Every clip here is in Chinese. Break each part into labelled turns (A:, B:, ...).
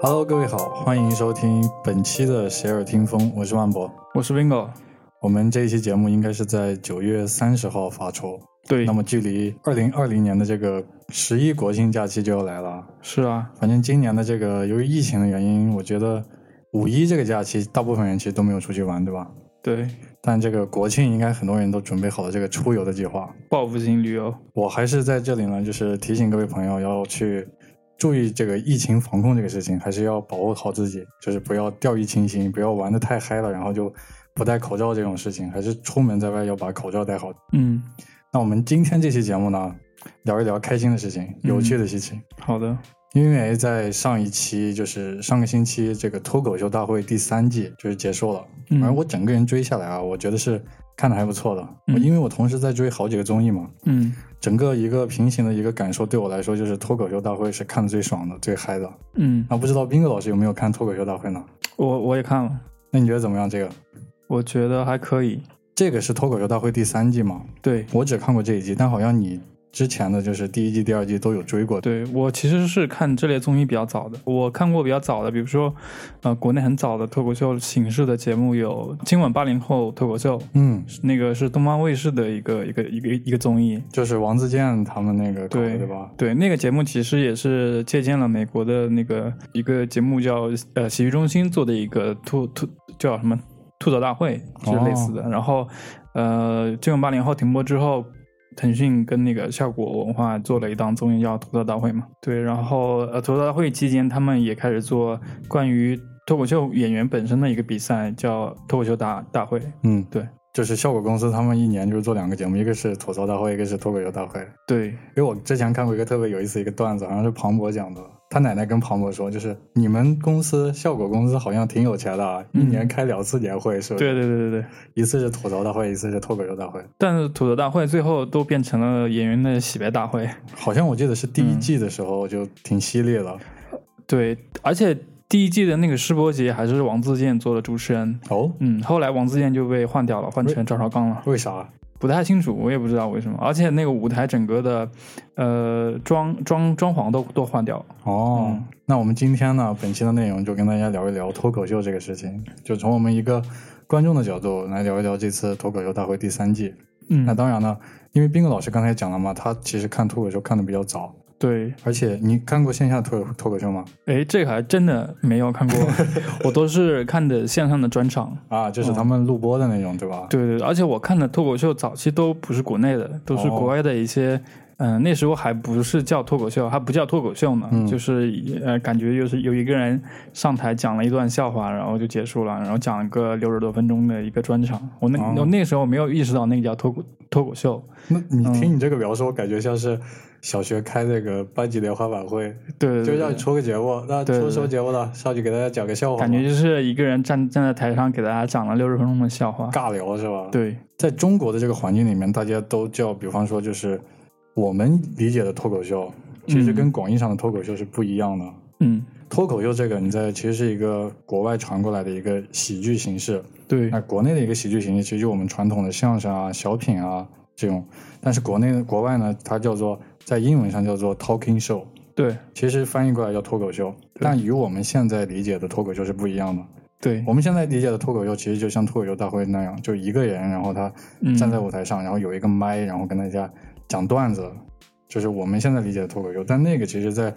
A: Hello，各位好，欢迎收听本期的《洗耳听风》，我是万博。
B: 我是 Bingo。
A: 我们这一期节目应该是在九月三十号发出，
B: 对
A: 那，么距离二零二零年的这个十一国庆假期就要来了。
B: 是啊，
A: 反正今年的这个由于疫情的原因，我觉得五一这个假期大部分人其实都没有出去玩，对吧？
B: 对，
A: 但这个国庆应该很多人都准备好了这个出游的计划。
B: 报复性旅游，
A: 我还是在这里呢，就是提醒各位朋友要去注意这个疫情防控这个事情，还是要保护好自己，就是不要掉以轻心，不要玩的太嗨了，然后就不戴口罩这种事情，还是出门在外要把口罩戴好。
B: 嗯，
A: 那我们今天这期节目呢，聊一聊开心的事情，有趣的事情。
B: 好的，
A: 因为在上一期，就是上个星期，这个脱口秀大会第三季就是结束了。
B: 嗯
A: 反正我整个人追下来啊，我觉得是看的还不错的。我
B: 嗯
A: 因为我同时在追好几个综艺嘛，
B: 嗯
A: 整个一个平行的一个感受，对我来说就是脱口秀大会是看的最爽的、最嗨的。
B: 嗯，
A: 那不知道斌哥老师有没有看脱口秀大会呢？
B: 我我也看了，
A: 那你觉得怎么样？这个
B: 我觉得还可以。
A: 这个是脱口秀大会第三季吗？
B: 对，
A: 我只看过这一季，但好像你之前的就是第一季、第二季都有追过。
B: 对我其实是看这类综艺比较早的，我看过比较早的，比如说，呃，国内很早的脱口秀形式的节目有《今晚八零后脱口秀》，
A: 嗯，
B: 那个是东方卫视的一个一个一个一个综艺，
A: 就是王自健他们那个搞的，
B: 对
A: 对吧？
B: 对，那个节目其实也是借鉴了美国的那个一个节目叫呃喜剧中心做的一个吐吐叫什么吐槽大会，就是类似的。然后呃，这个八零后停播之后，腾讯跟那个效果文化做了一档综艺叫吐槽大会嘛。对，然后呃吐槽大会期间，他们也开始做关于脱口秀演员本身的一个比赛，叫脱口秀大大会。
A: 嗯，
B: 对，
A: 就是效果公司他们一年就是做两个节目，一个是吐槽大会，一个是脱口秀大会。
B: 对，
A: 因为我之前看过一个特别有意思的一个段子，好像是庞博讲的。他奶奶跟庞博说，就是你们公司效果公司好像挺有钱的啊，一
B: 嗯
A: 年开两次年会，是不是？
B: 对对对对对。
A: 一次是吐槽大会，一次是脱口秀大会。
B: 但是吐槽大会最后都变成了演员的洗白大会。
A: 好像我记得是
B: 嗯
A: 第一季的时候就挺犀利了。
B: 对，而且第一季的那个世博节还是王自健做的主持人，
A: 哦，
B: 嗯，后来王自健就被换掉了，换成赵少康了，
A: 为啥？
B: 不太清楚，我也不知道为什么。而且那个舞台整个的，呃，装装装潢都都换掉了，
A: 哦，
B: 嗯
A: 那我们今天呢，本期的内容就跟大家聊一聊脱口秀这个事情，就从我们一个观众的角度来聊一聊这次脱口秀大会第三季。那
B: 嗯，
A: 当然呢，因为斌哥老师刚才也讲了嘛，他其实看脱口秀看的比较早，
B: 对，
A: 而且你看过线下脱脱口秀吗？
B: 哎，这个还真的没有看过，我都是看的线上的专场。
A: 啊，就是他们录播的那种，对吧？
B: 嗯对对，对而且我看的脱口秀早期都不是国内的，都是
A: 哦
B: 国外的一些，嗯、那时候还不是叫脱口秀，还不叫脱口秀呢，
A: 嗯
B: 就是呃，感觉就是有一个人上台讲了一段笑话，然后就结束了，然后讲了个六十多分钟的一个专场。我那、
A: 哦
B: 我那时候没有意识到那个叫脱口脱口秀，
A: 那你听你这个描述，我感觉像是小学开那个班级联欢晚会，
B: 对对
A: 就
B: 对
A: 让你出个节目，那
B: 嗯对对
A: 出
B: 对
A: 什么节目呢？上去给大家讲个笑话吗，
B: 感觉就是一个人站站在台上给大家讲了六十分钟的笑话。
A: 尬聊是吧？，
B: 对，
A: 在中国的这个环境里面，大家都叫，比方说就是我们理解的脱口秀，其实
B: 嗯
A: 跟广义上的脱口秀是不一样的。
B: 嗯，
A: 脱口秀这个，你在其实是一个国外传过来的一个喜剧形式，
B: 对
A: 那国内的一个喜剧形式，其实就我们传统的相声啊、小品啊这种，但是国内国外呢，它叫做在英文上叫做 talking show，
B: 对
A: 其实翻译过来叫脱口秀，但与我们现在理解的脱口秀是不一样的。
B: 对，
A: 我们现在理解的脱口秀，其实就像脱口秀大会那样，就一个人，然后他
B: 嗯
A: 站在舞台上，然后有一个麦，然后跟大家讲段子，就是我们现在理解的脱口秀。但那个其实，在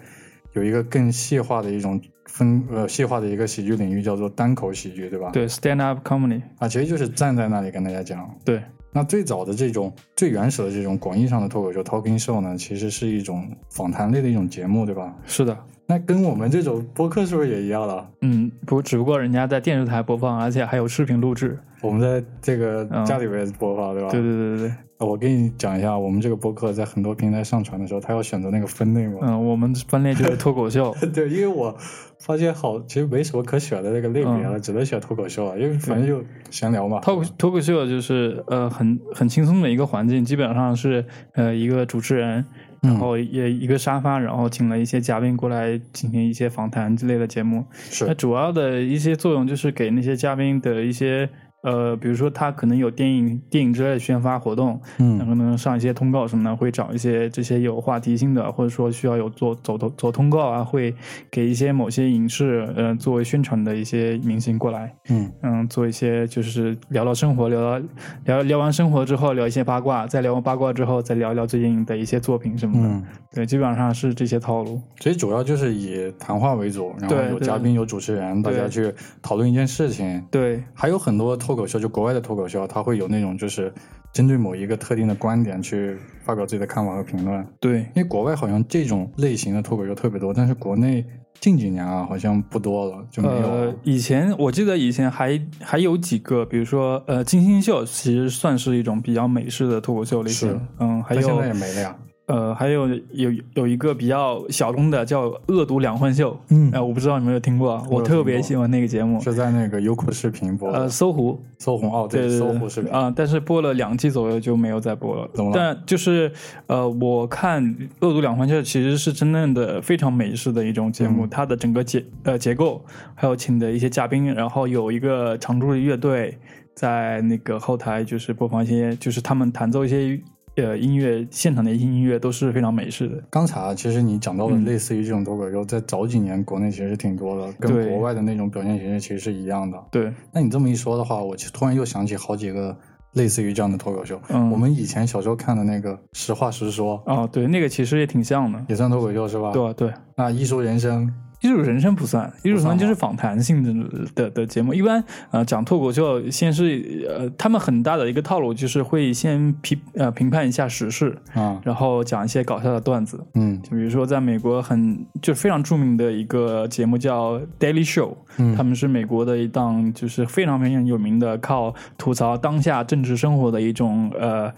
A: 有一个更细化的一种分呃细化的一个喜剧领域，叫做单口喜剧，对吧？
B: 对 stand up comedy，
A: 啊，其实就是站在那里跟大家讲。
B: 对
A: 那最早的这种最原始的这种广义上的脱口秀 talking show 呢，其实是一种访谈类的一种节目，对吧？
B: 是的。
A: 那跟我们这种播客是不是也一样了？
B: 嗯，不，只不过人家在电视台播放，而且还有视频录制。
A: 我们在这个
B: 嗯
A: 家里面播放，对吧？
B: 对对对对对，
A: 我跟你讲一下，我们这个播客在很多平台上传的时候，它要选择那个分类嘛。
B: 嗯，我们分类就是脱口秀。
A: 对，因为我发现好，其实没什么可选的那个类别
B: 嗯
A: 了，只能选脱口秀啊，因为反正就闲聊嘛。
B: 脱口脱口秀就是呃很很轻松的一个环境，基本上是呃一个主持人，然后也一个沙发，然后请了一些嘉宾过来进行一些访谈之类的节目。那
A: 是
B: 主要的一些作用就是给那些嘉宾的一些呃，比如说他可能有电影电影之类的宣发活动，
A: 嗯
B: 可能上一些通告什么的，会找一些这些有话题性的，或者说需要有做走走走通告啊，会给一些某些影视呃作为宣传的一些明星过来，
A: 嗯
B: 嗯，做一些就是聊聊生活，聊到聊聊完生活之后聊一些八卦，再聊完八卦之后再聊一聊最近的一些作品什么的，
A: 嗯，
B: 对，基本上是这些套路。
A: 所以主要就是以谈话为主，然后
B: 对
A: 有
B: 对
A: 嘉宾有主持人，大
B: 对
A: 家去讨论一件事情。
B: 对，
A: 还有很多脱口秀，就国外的脱口秀，它会有那种就是针对某一个特定的观点去发表自己的看法和评论。
B: 对，
A: 因为国外好像这种类型的脱口秀特别多，但是国内近几年啊好像不多了，就没有啊了。
B: 呃，以前我记得以前还还有几个，比如说呃，金星秀其实算是一种比较美式的脱口秀类
A: 是
B: 型，嗯，还
A: 但现在也
B: 有
A: 没了呀。
B: 呃，还有有有一个比较小众的叫《恶毒两混秀》，
A: 嗯
B: 呃，我不知道你们有听过，
A: 我有
B: 我特别
A: 听过
B: 喜欢那个节目，
A: 是在那个优酷视频播的，
B: 呃，搜狐，
A: 搜狐哦，
B: 对对
A: 搜
B: 对
A: 狐视频，
B: 啊、但是播了两季左右就没有再播了。
A: 怎么了
B: 但就是呃，我看《恶毒两环秀》其实是真正的非常美式的一种节目，
A: 嗯
B: 它的整个结呃结构，还有请的一些嘉宾，然后有一个常驻的乐队在那个后台就是播放一些，就是他们弹奏一些呃音乐，现场的一些音乐都是非常美式的。
A: 刚才啊其实你讲到的
B: 嗯
A: 类似于这种脱口秀，在早几年国内其实挺多的，跟
B: 对
A: 国外的那种表现形式其实是一样的。
B: 对，
A: 那你这么一说的话，我就突然又想起好几个类似于这样的脱口秀。
B: 嗯，
A: 我们以前小时候看的那个《实话实说》
B: 哦，对，那个其实也挺像的。
A: 也算脱口秀是吧？
B: 对。啊，对。
A: 那《艺术人生》
B: 艺术人生不算，艺术人生
A: 不算吗
B: 就是访谈性的的的节目。一般呃讲脱口秀，先是呃他们很大的一个套路就是会先评呃评判一下时事，
A: 啊，
B: 然后讲一些搞笑的段子。
A: 嗯
B: 就比如说在美国很就非常著名的一个节目叫 Daily Show，他
A: 嗯
B: 们是美国的一档就是非常非常有名的靠吐槽当下政治生活的一种呃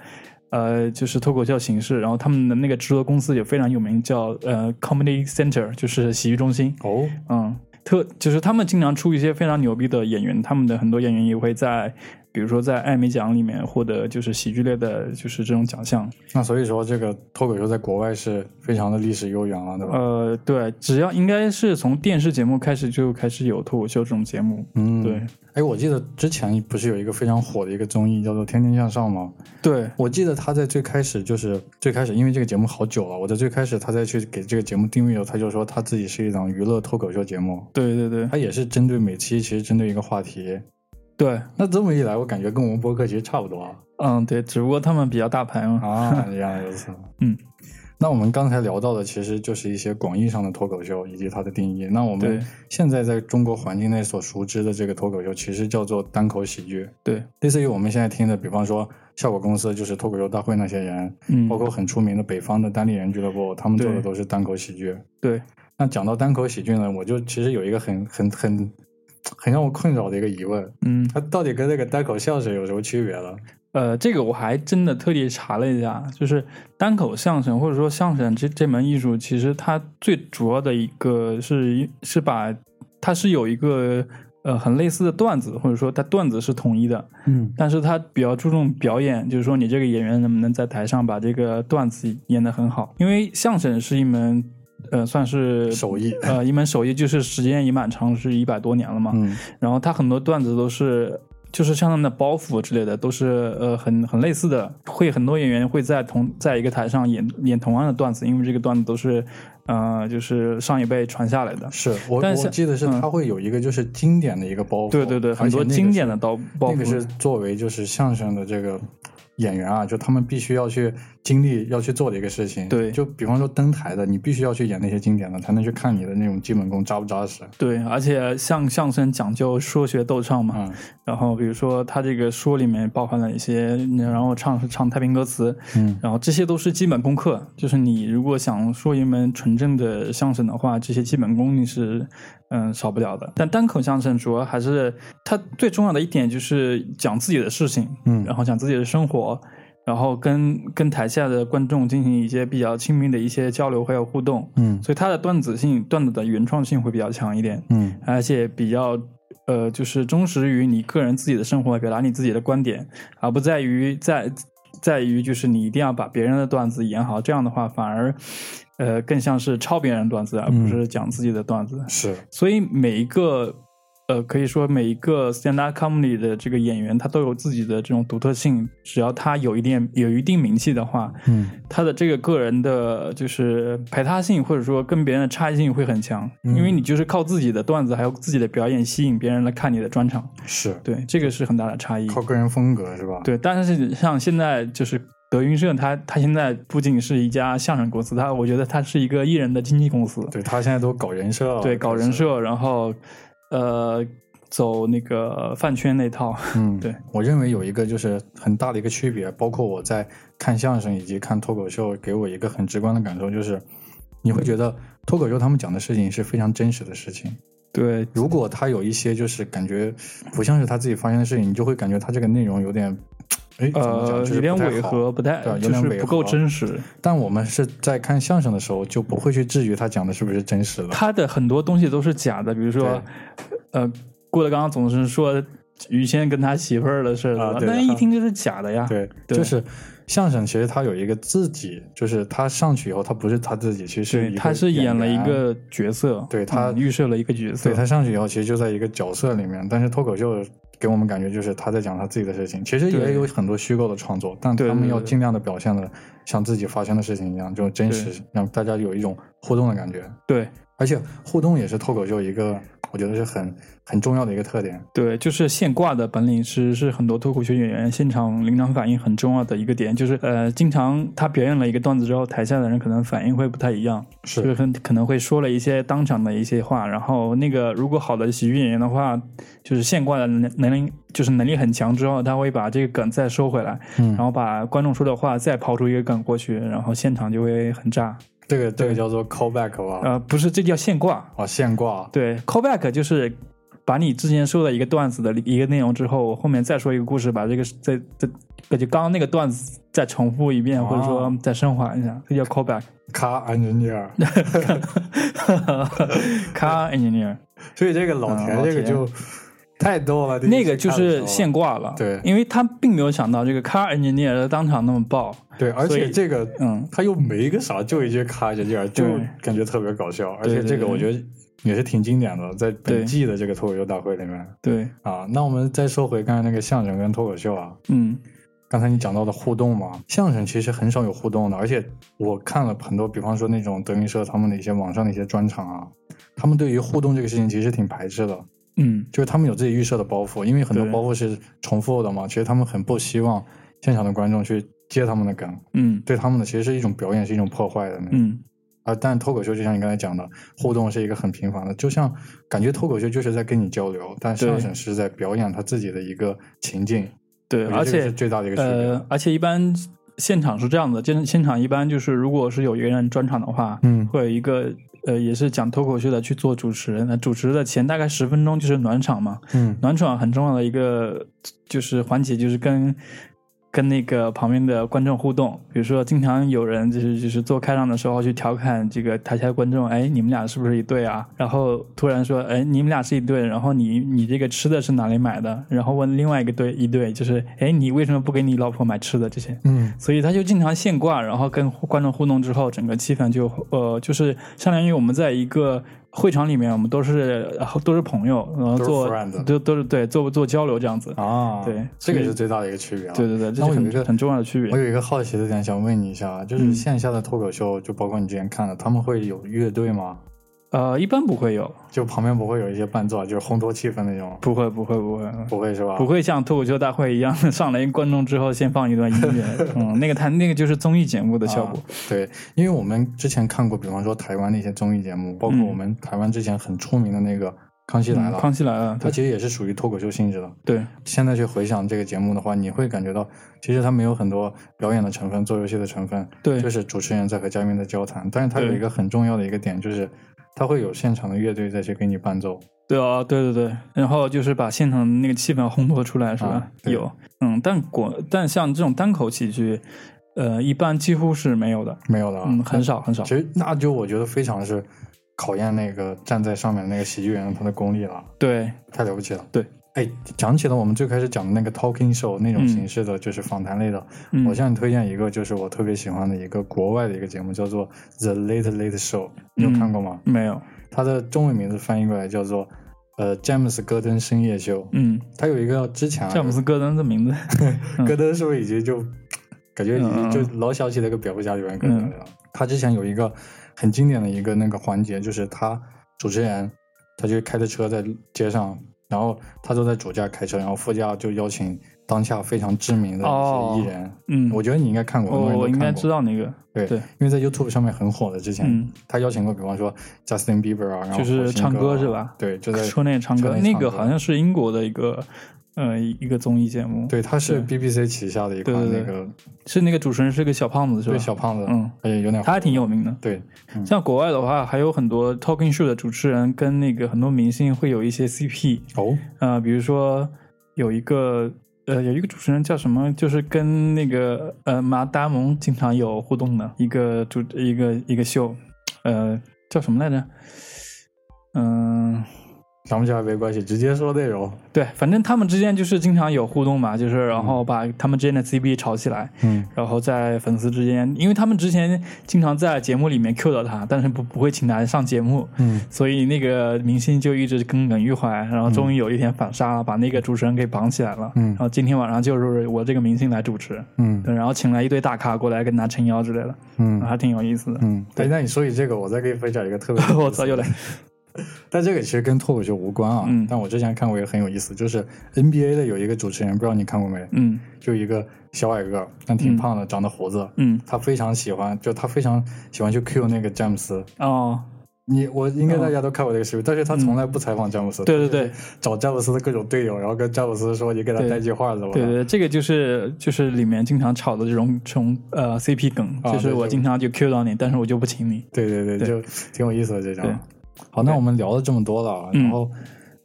B: 呃就是脱口秀形式。然后他们的那个制作公司也非常有名，叫呃 Comedy Center，就是洗浴中心。
A: 哦，
B: 嗯，特就是他们经常出一些非常牛逼的演员，他们的很多演员也会在，比如说在艾美奖里面获得就是喜剧类的，就是这种奖项。
A: 那所以说这个脱口秀在国外是非常的历史悠远了，对吧？
B: 呃，对，只要应该是从电视节目开始就开始有脱口秀这种节目。
A: 嗯，
B: 对、。
A: 哎，我记得之前不是有一个非常火的一个综艺叫做《天天向上》吗？
B: 对，
A: 我记得他在最开始就是最开始，因为这个节目好久了，我在最开始他在去给这个节目定位的时候，他就说他自己是一档娱乐脱口秀节目，
B: 对对对
A: 他也是针对每期其实针对一个话题。
B: 对，
A: 那这么一来，我感觉跟我们播客其实差不多啊。
B: 嗯对，只不过他们比较大牌嘛。
A: 啊，原来如此。
B: 嗯，
A: 那我们刚才聊到的其实就是一些广义上的脱口秀以及它的定义。那我们
B: 对
A: 现在在中国环境内所熟知的这个脱口秀，其实叫做单口喜剧，
B: 对，
A: 类似于我们现在听的，比方说效果公司就是脱口秀大会那些人，
B: 嗯，
A: 包括很出名的北方的单立人俱乐部，他们做的
B: 对
A: 都是单口喜剧。
B: 对，
A: 那讲到单口喜剧呢，我就其实有一个很很很很让我困扰的一个疑问，
B: 嗯，
A: 它到底跟那个单口相声有什么区别呢？
B: 呃，这个我还真的特地查了一下，就是单口相声或者说相声这这门艺术，其实它最主要的一个是是把它是有一个呃很类似的段子，或者说它段子是统一的，
A: 嗯
B: 但是它比较注重表演，就是说你这个演员能不能在台上把这个段子演得很好，因为相声是一门呃算是
A: 手艺
B: 呃一门手艺，就是时间也蛮长，是一百多年了嘛，
A: 嗯
B: 然后他很多段子都是。就是像他们的包袱之类的，都是呃很很类似的，会很多演员会在同在一个台上演演同样的段子，因为这个段子都是，呃，就是上一辈传下来的。
A: 是我
B: 但是
A: 我记得是
B: 嗯
A: 它会有一个就是经典的一个包袱，
B: 对对对，
A: 而且
B: 很多
A: 那个
B: 经
A: 是
B: 典的包包
A: 那个
B: 袱。
A: 是作为就是相声的这个演员啊，就他们必须要去经历要去做的一个事情。
B: 对
A: 就比方说登台的，你必须要去演那些经典的，才能去看你的那种基本功扎不扎实。啊
B: 对，而且像相声讲究说学逗唱嘛，
A: 嗯
B: 然后比如说他这个说里面包含了一些，然后唱唱太平歌词，
A: 嗯
B: 然后这些都是基本功课，就是你如果想说一门纯正的相声的话，这些基本功你是嗯少不了的。但单口相声主要还是它最重要的一点就是讲自己的事情，
A: 嗯
B: 然后讲自己的生活，然后跟跟台下的观众进行一些比较亲密的一些交流还有互动，
A: 嗯
B: 所以它的段子性、段子的原创性会比较强一点，
A: 嗯
B: 而且比较。呃，就是忠实于你个人自己的生活，表达你自己的观点，而不在于在在于就是你一定要把别人的段子演好，这样的话反而呃更像是抄别人的段子，而不是讲自己的段子。
A: 是
B: 所以每一个呃，可以说每一个 stand up comedy 的这个演员，他都有自己的这种独特性。只要他有一点有一定名气的话，
A: 嗯，
B: 他的这个个人的就是排他性，或者说跟别人的差异性会很强，
A: 嗯
B: 因为你就是靠自己的段子还有自己的表演吸引别人来看你的专场。
A: 是
B: 对，这个是很大的差异。
A: 靠个人风格是吧？
B: 对，但是像现在就是德云社它，它现在不仅是一家相声公司，它我觉得它是一个艺人的经纪公司，
A: 对他现在都搞人设了，
B: 对，搞人设，然后呃走那个饭圈那套，
A: 嗯，
B: 对，
A: 我认为有一个就是很大的一个区别，包括我在看相声以及看脱口秀，给我一个很直观的感受就是，你会觉得脱口秀他们讲的事情是非常真实的事情。
B: 对
A: 如果他有一些就是感觉不像是他自己发生的事情，你就会感觉他这个内容有点，哎，怎么讲
B: 呃
A: 就是
B: 有点
A: 不太
B: 违
A: 好
B: 和，不太
A: 对有
B: 就
A: 点
B: 是
A: 违
B: 不够
A: 和
B: 真实。
A: 但我们是在看相声的时候就不会去质疑他讲的是不是真实的。
B: 他的很多东西都是假的，比如说，呃，郭德纲总是说于谦跟他媳妇儿的事
A: 啊
B: 儿，
A: 对
B: 那
A: 的
B: 一听就是假的呀。
A: 对，
B: 对
A: 就是相声，其实他有一个自己，就是他上去以后，他不是他自己，其实
B: 对，
A: 一个
B: 他是演了一
A: 员
B: 个角色，
A: 对他
B: 嗯预设了一个角色，
A: 对他上去以后，其实就在一个角色里面，但是脱口秀给我们感觉就是他在讲他自己的事情，其实也
B: 对
A: 有很多虚构的创作，但
B: 对
A: 他
B: 对
A: 们
B: 对
A: 要
B: 对
A: 尽量的表现的像自己发生的事情一样，就真实，让大家有一种互动的感觉。
B: 对
A: 而且互动也是脱口秀一个，我觉得是很很重要的一个特点。
B: 对，就是现挂的本领是是很多脱口秀演员现场临场反应很重要的一个点，就是呃，经常他表演了一个段子之后，台下的人可能反应会不太一样，
A: 是
B: 就是很可能会说了一些当场的一些话，然后那个如果好的喜剧演员的话，就是现挂的能能力就是能力很强之后，他会把这个梗再收回来，
A: 嗯
B: 然后把观众说的话再抛出一个梗过去，然后现场就会很炸。
A: 这个这个叫做 callback 吧，
B: 呃，不是，这叫现挂，
A: 啊，现挂。
B: 对，callback 就是把你之前说的一个段子的一个内容之后，我后面再说一个故事，把这个再再就刚刚那个段子再重复一遍，或者说再升华一下，这叫 callback。
A: 卡 engineer，
B: Car engineer
A: 所以这个老
B: 嗯
A: 田
B: 老
A: 这个
B: 田
A: 就太逗了。第一
B: 那
A: 次
B: 个就
A: 看的时
B: 是
A: 候
B: 现挂了，
A: 对
B: 因为他并没有想到这个 car engineer 当场那么爆，
A: 对，而
B: 所
A: 且
B: 以
A: 这个
B: 嗯，
A: 他又没个啥，就一句咔一下，就
B: 对
A: 感觉特别搞笑。而
B: 对
A: 且
B: 对
A: 这个
B: 对
A: 我觉得也是挺经典的，在本
B: 对
A: 季的这个脱口秀大会里面
B: 对，
A: 啊。那我们再说回刚才那个相声跟脱口秀啊，
B: 嗯，
A: 刚才你讲到的互动嘛，相声其实很少有互动的，而且我看了很多，比方说那种德云社他们的一些网上的一些专场啊，他们对于互动这个事情其实挺排斥的，
B: 嗯，
A: 就是他们有自己预设的包袱，因为很多
B: 对
A: 包袱是重复的嘛，其实他们很不希望现场的观众去接他们的梗，
B: 嗯，
A: 对他们的其实是一种表演，是一种破坏的那种。
B: 嗯，
A: 啊，但脱口秀就像你刚才讲的，互动是一个很频繁的，就像感觉脱口秀就是在跟你交流，但
B: 对
A: 相声是在表演他自己的一个情境，
B: 对，
A: 我觉
B: 而
A: 得这个
B: 且
A: 是最大的一个区别。
B: 呃，而且一般现场是这样的，现现场一般就是如果是有一个人专场的话，
A: 嗯
B: 会有一个呃也是讲脱口秀的去做主持人，那主持的前大概十分钟就是暖场嘛，
A: 嗯，
B: 暖场很重要的一个就是环节就是跟。跟那个旁边的观众互动，比如说，经常有人就是就是做开场的时候去调侃这个台下观众，哎，你们俩是不是一对啊？然后突然说，哎，你们俩是一对，然后你你这个吃的是哪里买的？然后问另外一个对一对，就是哎，你为什么不给你老婆买吃的这些？
A: 嗯，
B: 所以他就经常现挂，然后跟观众互动之后，整个气氛就呃，就是相当于我们在一个会场里面，我们都是呃都是朋友，然后
A: 都是
B: 做
A: friend
B: 都都是对做做交流这样子。
A: 啊，
B: 对
A: 这个
B: 所以
A: 是最大的一个区别了。
B: 对对对，这
A: 那
B: 是
A: 我有一
B: 很
A: 个
B: 很重要的区
A: 我
B: 别。
A: 有一个好奇的点想问你一下啊，就是
B: 嗯
A: 线下的脱口秀，就包括你之前看的，他们会有乐队吗？
B: 呃，一般不会有，
A: 就旁边不会有一些伴奏啊，就是烘托气氛那种？
B: 不会不会不会。
A: 不会是吧？
B: 不会像脱口秀大会一样， 上来一个观众之后先放一段音 乐，嗯，那个他那个就是综艺节目的效果
A: 啊，对，因为我们之前看过，比方说台湾的一些综艺节目，包括
B: 嗯
A: 我们台湾之前很出名的那个《啊康熙来
B: 嗯
A: 了》
B: 康熙来了，
A: 它
B: 对
A: 其实也是属于脱口秀性质的。
B: 对
A: 现在去回想这个节目的话，你会感觉到，其实它没有很多表演的成分、做游戏的成分，
B: 对
A: 就是主持人在和嘉宾的交谈。但是它有
B: 对
A: 一个很重要的一个点，就是它会有现场的乐队再去给你伴奏。
B: 对啊，对对对，然后就是把现场的那个气氛烘托出来，是吧？
A: 啊对
B: 有，嗯，但国但像这种单口喜剧，呃，一般几乎是没有的，
A: 没有的啊，
B: 嗯，很少很少
A: 其。实那就我觉得非常是考验那个站在上面的那个喜剧人他的功力了。
B: 对
A: 太了不起了。
B: 对，
A: 哎，讲起了我们最开始讲的那个 talking show 那种
B: 嗯
A: 形式的，就是访谈类的，
B: 嗯
A: 我向你推荐一个，就是我特别喜欢的一个国外的一个节目，叫做
B: 嗯
A: The Late Late Show，你有看过吗？
B: 没有，
A: 它的中文名字翻译过来叫做呃詹姆斯·戈登深夜秀，
B: 嗯，
A: 他有一个之前啊
B: 詹姆斯·戈登这名字，嗯
A: 戈登是不是已经就感觉已经
B: 嗯嗯嗯
A: 就老想起那个蝙蝠侠里面的戈登了？他之前有一个很经典的一个那个环节，就是他主持人他就开着车在街上，然后他坐在主驾开车，然后副驾就邀请当下非常知名的
B: 哦
A: 一些艺人。
B: 嗯，
A: 我觉得你应该看过，很多人
B: 我
A: 都
B: 我应
A: 看
B: 该
A: 过
B: 知道那个，
A: 对，
B: 对
A: 因为在 YouTube 上面很火的，之前、
B: 嗯
A: 他邀请过，比方说 Justin Bieber 啊，然后
B: 就是
A: 火星
B: 唱
A: 哥
B: 歌
A: 啊
B: 是吧
A: 对，就在
B: 车内唱歌，
A: 车内
B: 那
A: 唱
B: 个
A: 歌
B: 好像是英国的一个呃一个综艺节目，，
A: 对，他是
B: 对
A: BBC 旗下的一款
B: 对对
A: 那
B: 对
A: 个
B: 是那个主持人是个小胖子是吧？
A: 对小胖子，
B: 嗯，
A: 而且有点
B: 他还挺有名的。
A: 对
B: 像国外的话，还有很多 talking show 的主持人跟那个很多明星会有一些 CP，
A: 哦，
B: 呃，比如说有一个呃有一个主持人叫什么，就是跟那个呃马达蒙经常有互动的一个主一个一个秀，呃叫什么来着？嗯、
A: 想不起来没关系，直接说内容。
B: 对，反正他们之间就是经常有互动嘛，就是然后把他们之间的 CP 炒起来，
A: 嗯，
B: 然后在粉丝之间，因为他们之前经常在节目里面 cue 到他，但是不不会请他上节目，
A: 嗯，
B: 所以那个明星就一直耿耿于怀，然后终于有一天反杀了，把那个主持人给绑起来了，
A: 嗯
B: 然后今天晚上就是我这个明星来主持，
A: 嗯
B: 对，然后请来一堆大咖过来跟他撑腰之类的，
A: 嗯
B: 还挺有意思的。，
A: 嗯，对，那你说起这个，我再给你分享一个特别
B: 我操，又来，
A: 但这个其实跟脱口秀无关啊。
B: 嗯
A: 但我之前看过一个很有意思，就是 NBA 的有一个主持人，不知道你看过没？
B: 嗯
A: 就一个小矮个儿，但挺胖的，长的胡子。
B: 嗯，
A: 他非常喜欢，就他非常喜欢去 Q 那个詹姆斯。
B: 哦，
A: 你我应该
B: 哦嗯
A: 大家都看过这个视频，但是他从来不采访詹姆斯。
B: 对对对，
A: 找詹姆斯的各种队友，然后跟詹姆斯说：“你给他
B: 对
A: 带句话怎么了？”
B: 对对，这个就是就是里面经常炒的这种这种呃 CP 梗，
A: 啊
B: 就是
A: 对
B: 我
A: 对
B: 经常就 Q 到你，但是我就不请你。
A: 对对对，
B: 对
A: 就挺有意思的这
B: 对
A: 张。好，那我们聊了这么多了啊，
B: 嗯
A: 然后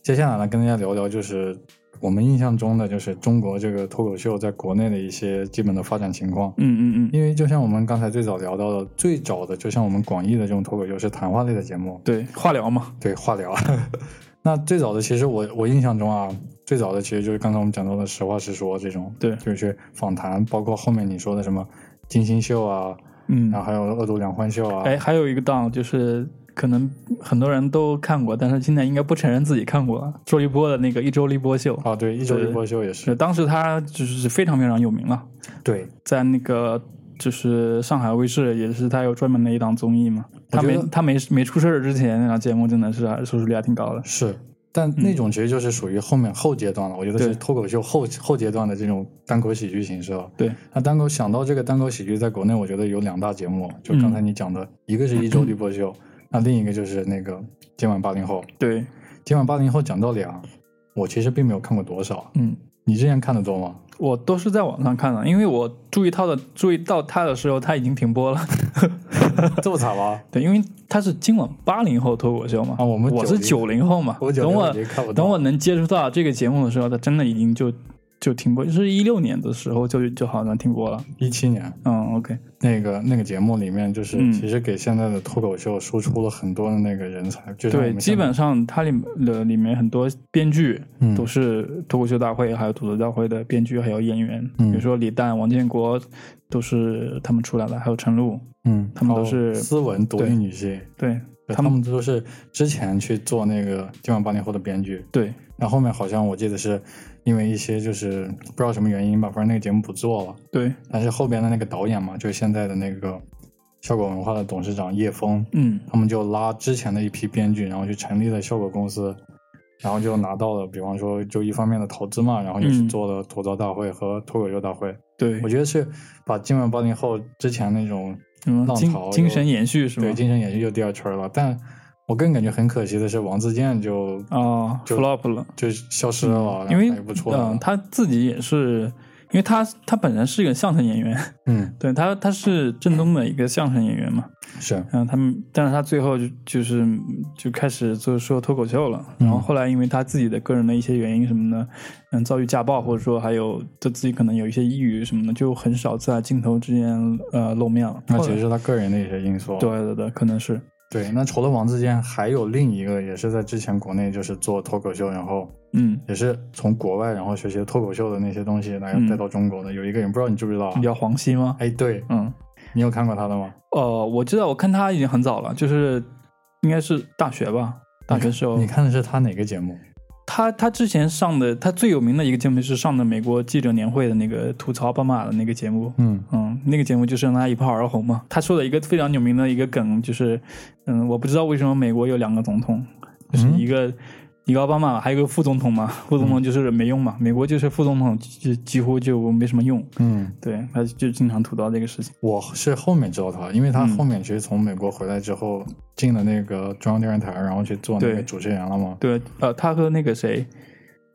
A: 接下来呢，跟大家聊聊就是我们印象中的就是中国这个脱口秀在国内的一些基本的发展情况。
B: 嗯嗯嗯，
A: 因为就像我们刚才最早聊到的，最早的就像我们广义的这种脱口秀是谈话类的节目，
B: 对，化疗嘛，
A: 对话聊。 那最早的其实我我印象中啊，最早的其实就是刚才我们讲到的实话实说这种，
B: 对
A: 就是访谈，包括后面你说的什么金星秀啊，
B: 嗯
A: 然，后还有恶毒两欢秀啊，
B: 哎，还有一个档就是可能很多人都看过，但是现在应该不承认自己看过了，周立波的那个一周立波秀，
A: 啊，对，一周一播秀也
B: 是
A: 是，
B: 当时他就是非常非常有名了，
A: 对，
B: 在那个。就是上海卫视也是他有专门的一档综艺嘛，
A: 我
B: 他
A: 觉
B: 没
A: 得
B: 他没没出事儿之前，那档节目真的是收视率还挺高的。
A: 是，但那种其实就是属于后面后阶段了，我觉得是
B: 嗯对
A: 脱口秀后后阶段的这种单口喜剧形式了。
B: 对，
A: 那单口想到这个单口喜剧，在国内我觉得有两大节目，就刚才
B: 嗯
A: 你讲的，一个是一周立波秀，那另一个就是那个今晚八零后。
B: 对，
A: 今晚八零后讲道理啊，我其实并没有看过多少，
B: 嗯，
A: 你之前看的多吗？
B: 我都是在网上看的，因为我注意到的注意到他的时候，他已经停播了。
A: 这么惨吗？
B: 对，因为他是今晚八零后脱口秀嘛，
A: 啊我们
B: 我是
A: 90
B: 九零后嘛，
A: 我九
B: 等
A: 零
B: 我
A: 已经看不到，
B: 等我能接触到这个节目的时候，他真的已经就就停播，是一六年的时候就就好像停播了。
A: 一七年
B: 嗯，OK，
A: 那个那个节目里面，就是
B: 嗯
A: 其实给现在的脱口秀输出了很多的那个人才，就是
B: 对，基本上它里的里面很多编剧
A: 嗯
B: 都是脱口秀大会还有吐槽大会的编剧还有演员，
A: 嗯
B: 比如说李诞、王建国都是他们出来的，还有陈露，
A: 嗯，
B: 他们都
A: 然后
B: 是
A: 斯文独立
B: 对
A: 女性，
B: 对
A: 对
B: 他
A: 他
B: 们
A: 们都是之前去做那个《今晚八零后》的编剧，
B: 对，
A: 然后后面好像我记得是因为一些就是不知道什么原因吧，反正那个节目不做了。
B: 对，
A: 但是后边的那个导演嘛，就是现在的那个效果文化的董事长叶枫，
B: 嗯。
A: 他们就拉之前的一批编剧，然后去成立了效果公司，然后就拿到了，比方说就一方面的投资嘛，然后也是
B: 嗯
A: 做了吐槽大会和脱口秀大会。
B: 对
A: 我，觉得是把《今晚八零后》之前那种
B: 嗯，
A: 浪
B: 精
A: 潮
B: 精
A: 又
B: 神延续是吧？
A: 对，精神也是又第二圈了。但我个人感觉很可惜的是，王自健就
B: 哦
A: 就
B: ，flop 了，
A: 就消失了，然后
B: 因为
A: 他也不出来了
B: 嗯，。他自己也是，因为他他本人是一个相声演员，
A: 嗯，
B: 对他他是正宗的一个相声演员嘛，
A: 是，
B: 嗯，他们但是他最后就就是就开始就是说脱口秀了，
A: 嗯
B: 然后后来因为他自己的个人的一些原因什么的，嗯，遭遇家暴或者说还有就自己可能有一些抑郁什么的，就很少在镜头之间呃露面了。
A: 那
B: 后
A: 其
B: 来
A: 实是他个人的一些因素。
B: 对对对，可能是
A: 对，那除了王自健，还有另一个也是在之前国内就是做脱口秀，然后
B: 嗯，
A: 也是从国外然后学习脱口秀的那些东西来
B: 嗯
A: 带到中国的，有一个人不知道你知不知道啊？
B: 叫黄西吗？
A: 哎，对
B: 嗯，
A: 你有看过他的吗？
B: 呃，我知道，我看他已经很早了，就是应该是大学吧，大学时候
A: 你看的是他哪个节目？
B: 他他之前上的他最有名的一个节目是上的美国记者年会的那个吐槽奥巴马的那个节目，
A: 嗯
B: 嗯，那个节目就是让他一炮而红嘛。他说了一个非常有名的一个梗，就是嗯，我不知道为什么美国有两个总统，就是一个、一个奥巴马，还有一个副总统嘛，副总统就是没用嘛，美国就是副总统就几乎就没什么用，
A: 嗯，
B: 对，他就经常吐槽这个事情。
A: 我是后面知道他，因为
B: 嗯
A: 他后面其实从美国回来之后进了那个中央电视台，然后去做那
B: 对
A: 个主持人了嘛。
B: 对，呃，他和那个谁，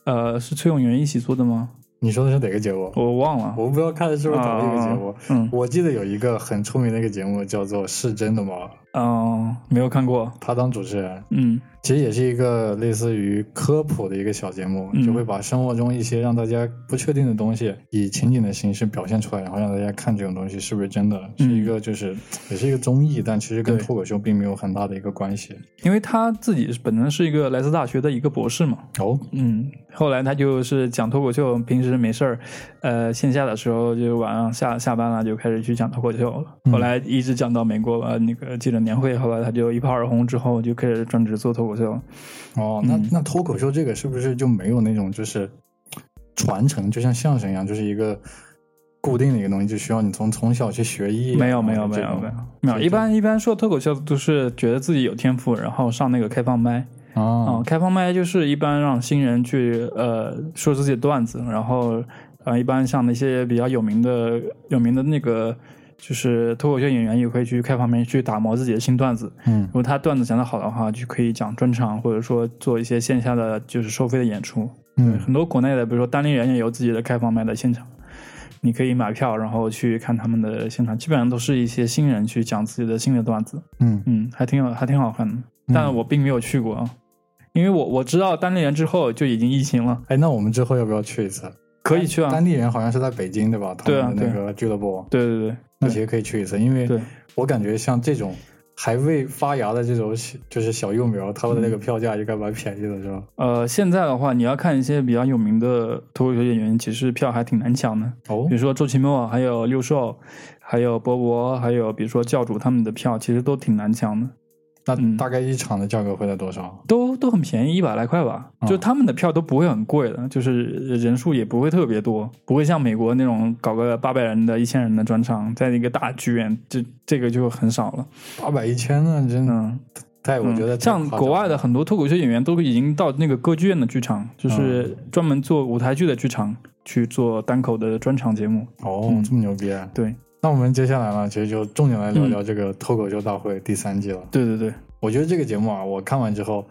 B: 呃，是崔永元一起做的吗？
A: 你说的是哪个节目？
B: 我忘了。
A: 我不知道看的是不是同一个节目。
B: 嗯
A: 我记得有一个很出名的一个节目叫做《是真的吗》，
B: 嗯、没有看过。
A: 他当主持人，
B: 嗯
A: 其实也是一个类似于科普的一个小节目，
B: 嗯
A: 就会把生活中一些让大家不确定的东西以情景的形式表现出来，然后让大家看这种东西是不是真的，
B: 嗯
A: 是一个就是也是一个综艺，但其实跟
B: 对
A: 脱口秀并没有很大的一个关系。
B: 因为他自己本身是一个莱斯大学的一个博士嘛，
A: 哦，
B: 嗯，后来他就是讲脱口秀，平时没事儿，呃，线下的时候就晚上下下班了就开始去讲脱口秀了，
A: 嗯
B: 后来一直讲到美国呃那个记者年会，后来他就一炮而红之后就开始专职做脱口秀，
A: 哦，那
B: 嗯
A: 那脱口秀这个是不是就没有那种就是传承，就像相声一样，就是一个固定的一个东西，就需要你从从小去学艺啊？
B: 没有没
A: 然
B: 有
A: 后
B: 没
A: 这
B: 有
A: 种
B: 没有没有，
A: 对
B: 一般一般说脱口秀都是觉得自己有天赋，然后上那个开放麦，嗯，
A: 啊，
B: 开放麦就是一般让新人去呃说自己的段子，然后呃一般像那些比较有名的有名的那个就是脱口秀演员也会去开放麦去打磨自己的新段子。
A: 嗯
B: 如果他段子讲得好的话，就可以讲专场，或者说做一些线下的就是收费的演出。
A: 嗯
B: 很多国内的，比如说单立人也有自己的开放麦的现场，你可以买票然后去看他们的现场，基本上都是一些新人去讲自己的新的段子。
A: 嗯
B: 嗯，还挺好，还挺好看的。但我并没有去过啊，因为我我知道单立人之后就已经疫情了，
A: 哎，那我们之后要不要去一次？
B: 可以去啊
A: 当。地人好像是在北京对吧？他
B: 对啊
A: 们的那
B: 对
A: 个俱乐部，
B: 对对对
A: 那其实可以去一次，因
B: 对
A: 为我感觉像这种还未发芽的这种小就是小幼苗，他们的那个
B: 嗯
A: 票价应该蛮便宜的，是吧？
B: 呃，现在的话，你要看一些比较有名的脱口秀演员，其实票还挺难抢的。
A: 哦
B: 比如说周奇墨，啊还有六兽，还有博博，还有比如说教主他们的票，其实都挺难抢的，嗯
A: 那大概一场的价格会在多少？
B: 都都很便宜，一百来块吧。就
A: 啊
B: 他们的票都不会很贵的，就是人数也不会特别多，不会像美国那种搞个八百人的、一千人的专场，在一个大剧院，这这个就很少了。
A: 八百一千呢？真的
B: 嗯，
A: 太，我觉得
B: 嗯
A: 太
B: 像
A: 夸张
B: 国外
A: 了
B: 的很多脱口秀演员都已经到那个歌剧院的剧场，就是
A: 嗯
B: 专门做舞台剧的剧场去做单口的专场节目。
A: 哦
B: 嗯，
A: 这么牛逼、啊！
B: 对，
A: 那我们接下来呢，其实就重点来聊
B: 嗯
A: 聊这个脱口秀大会第三季了。
B: 对对对，
A: 我觉得这个节目啊，我看完之后，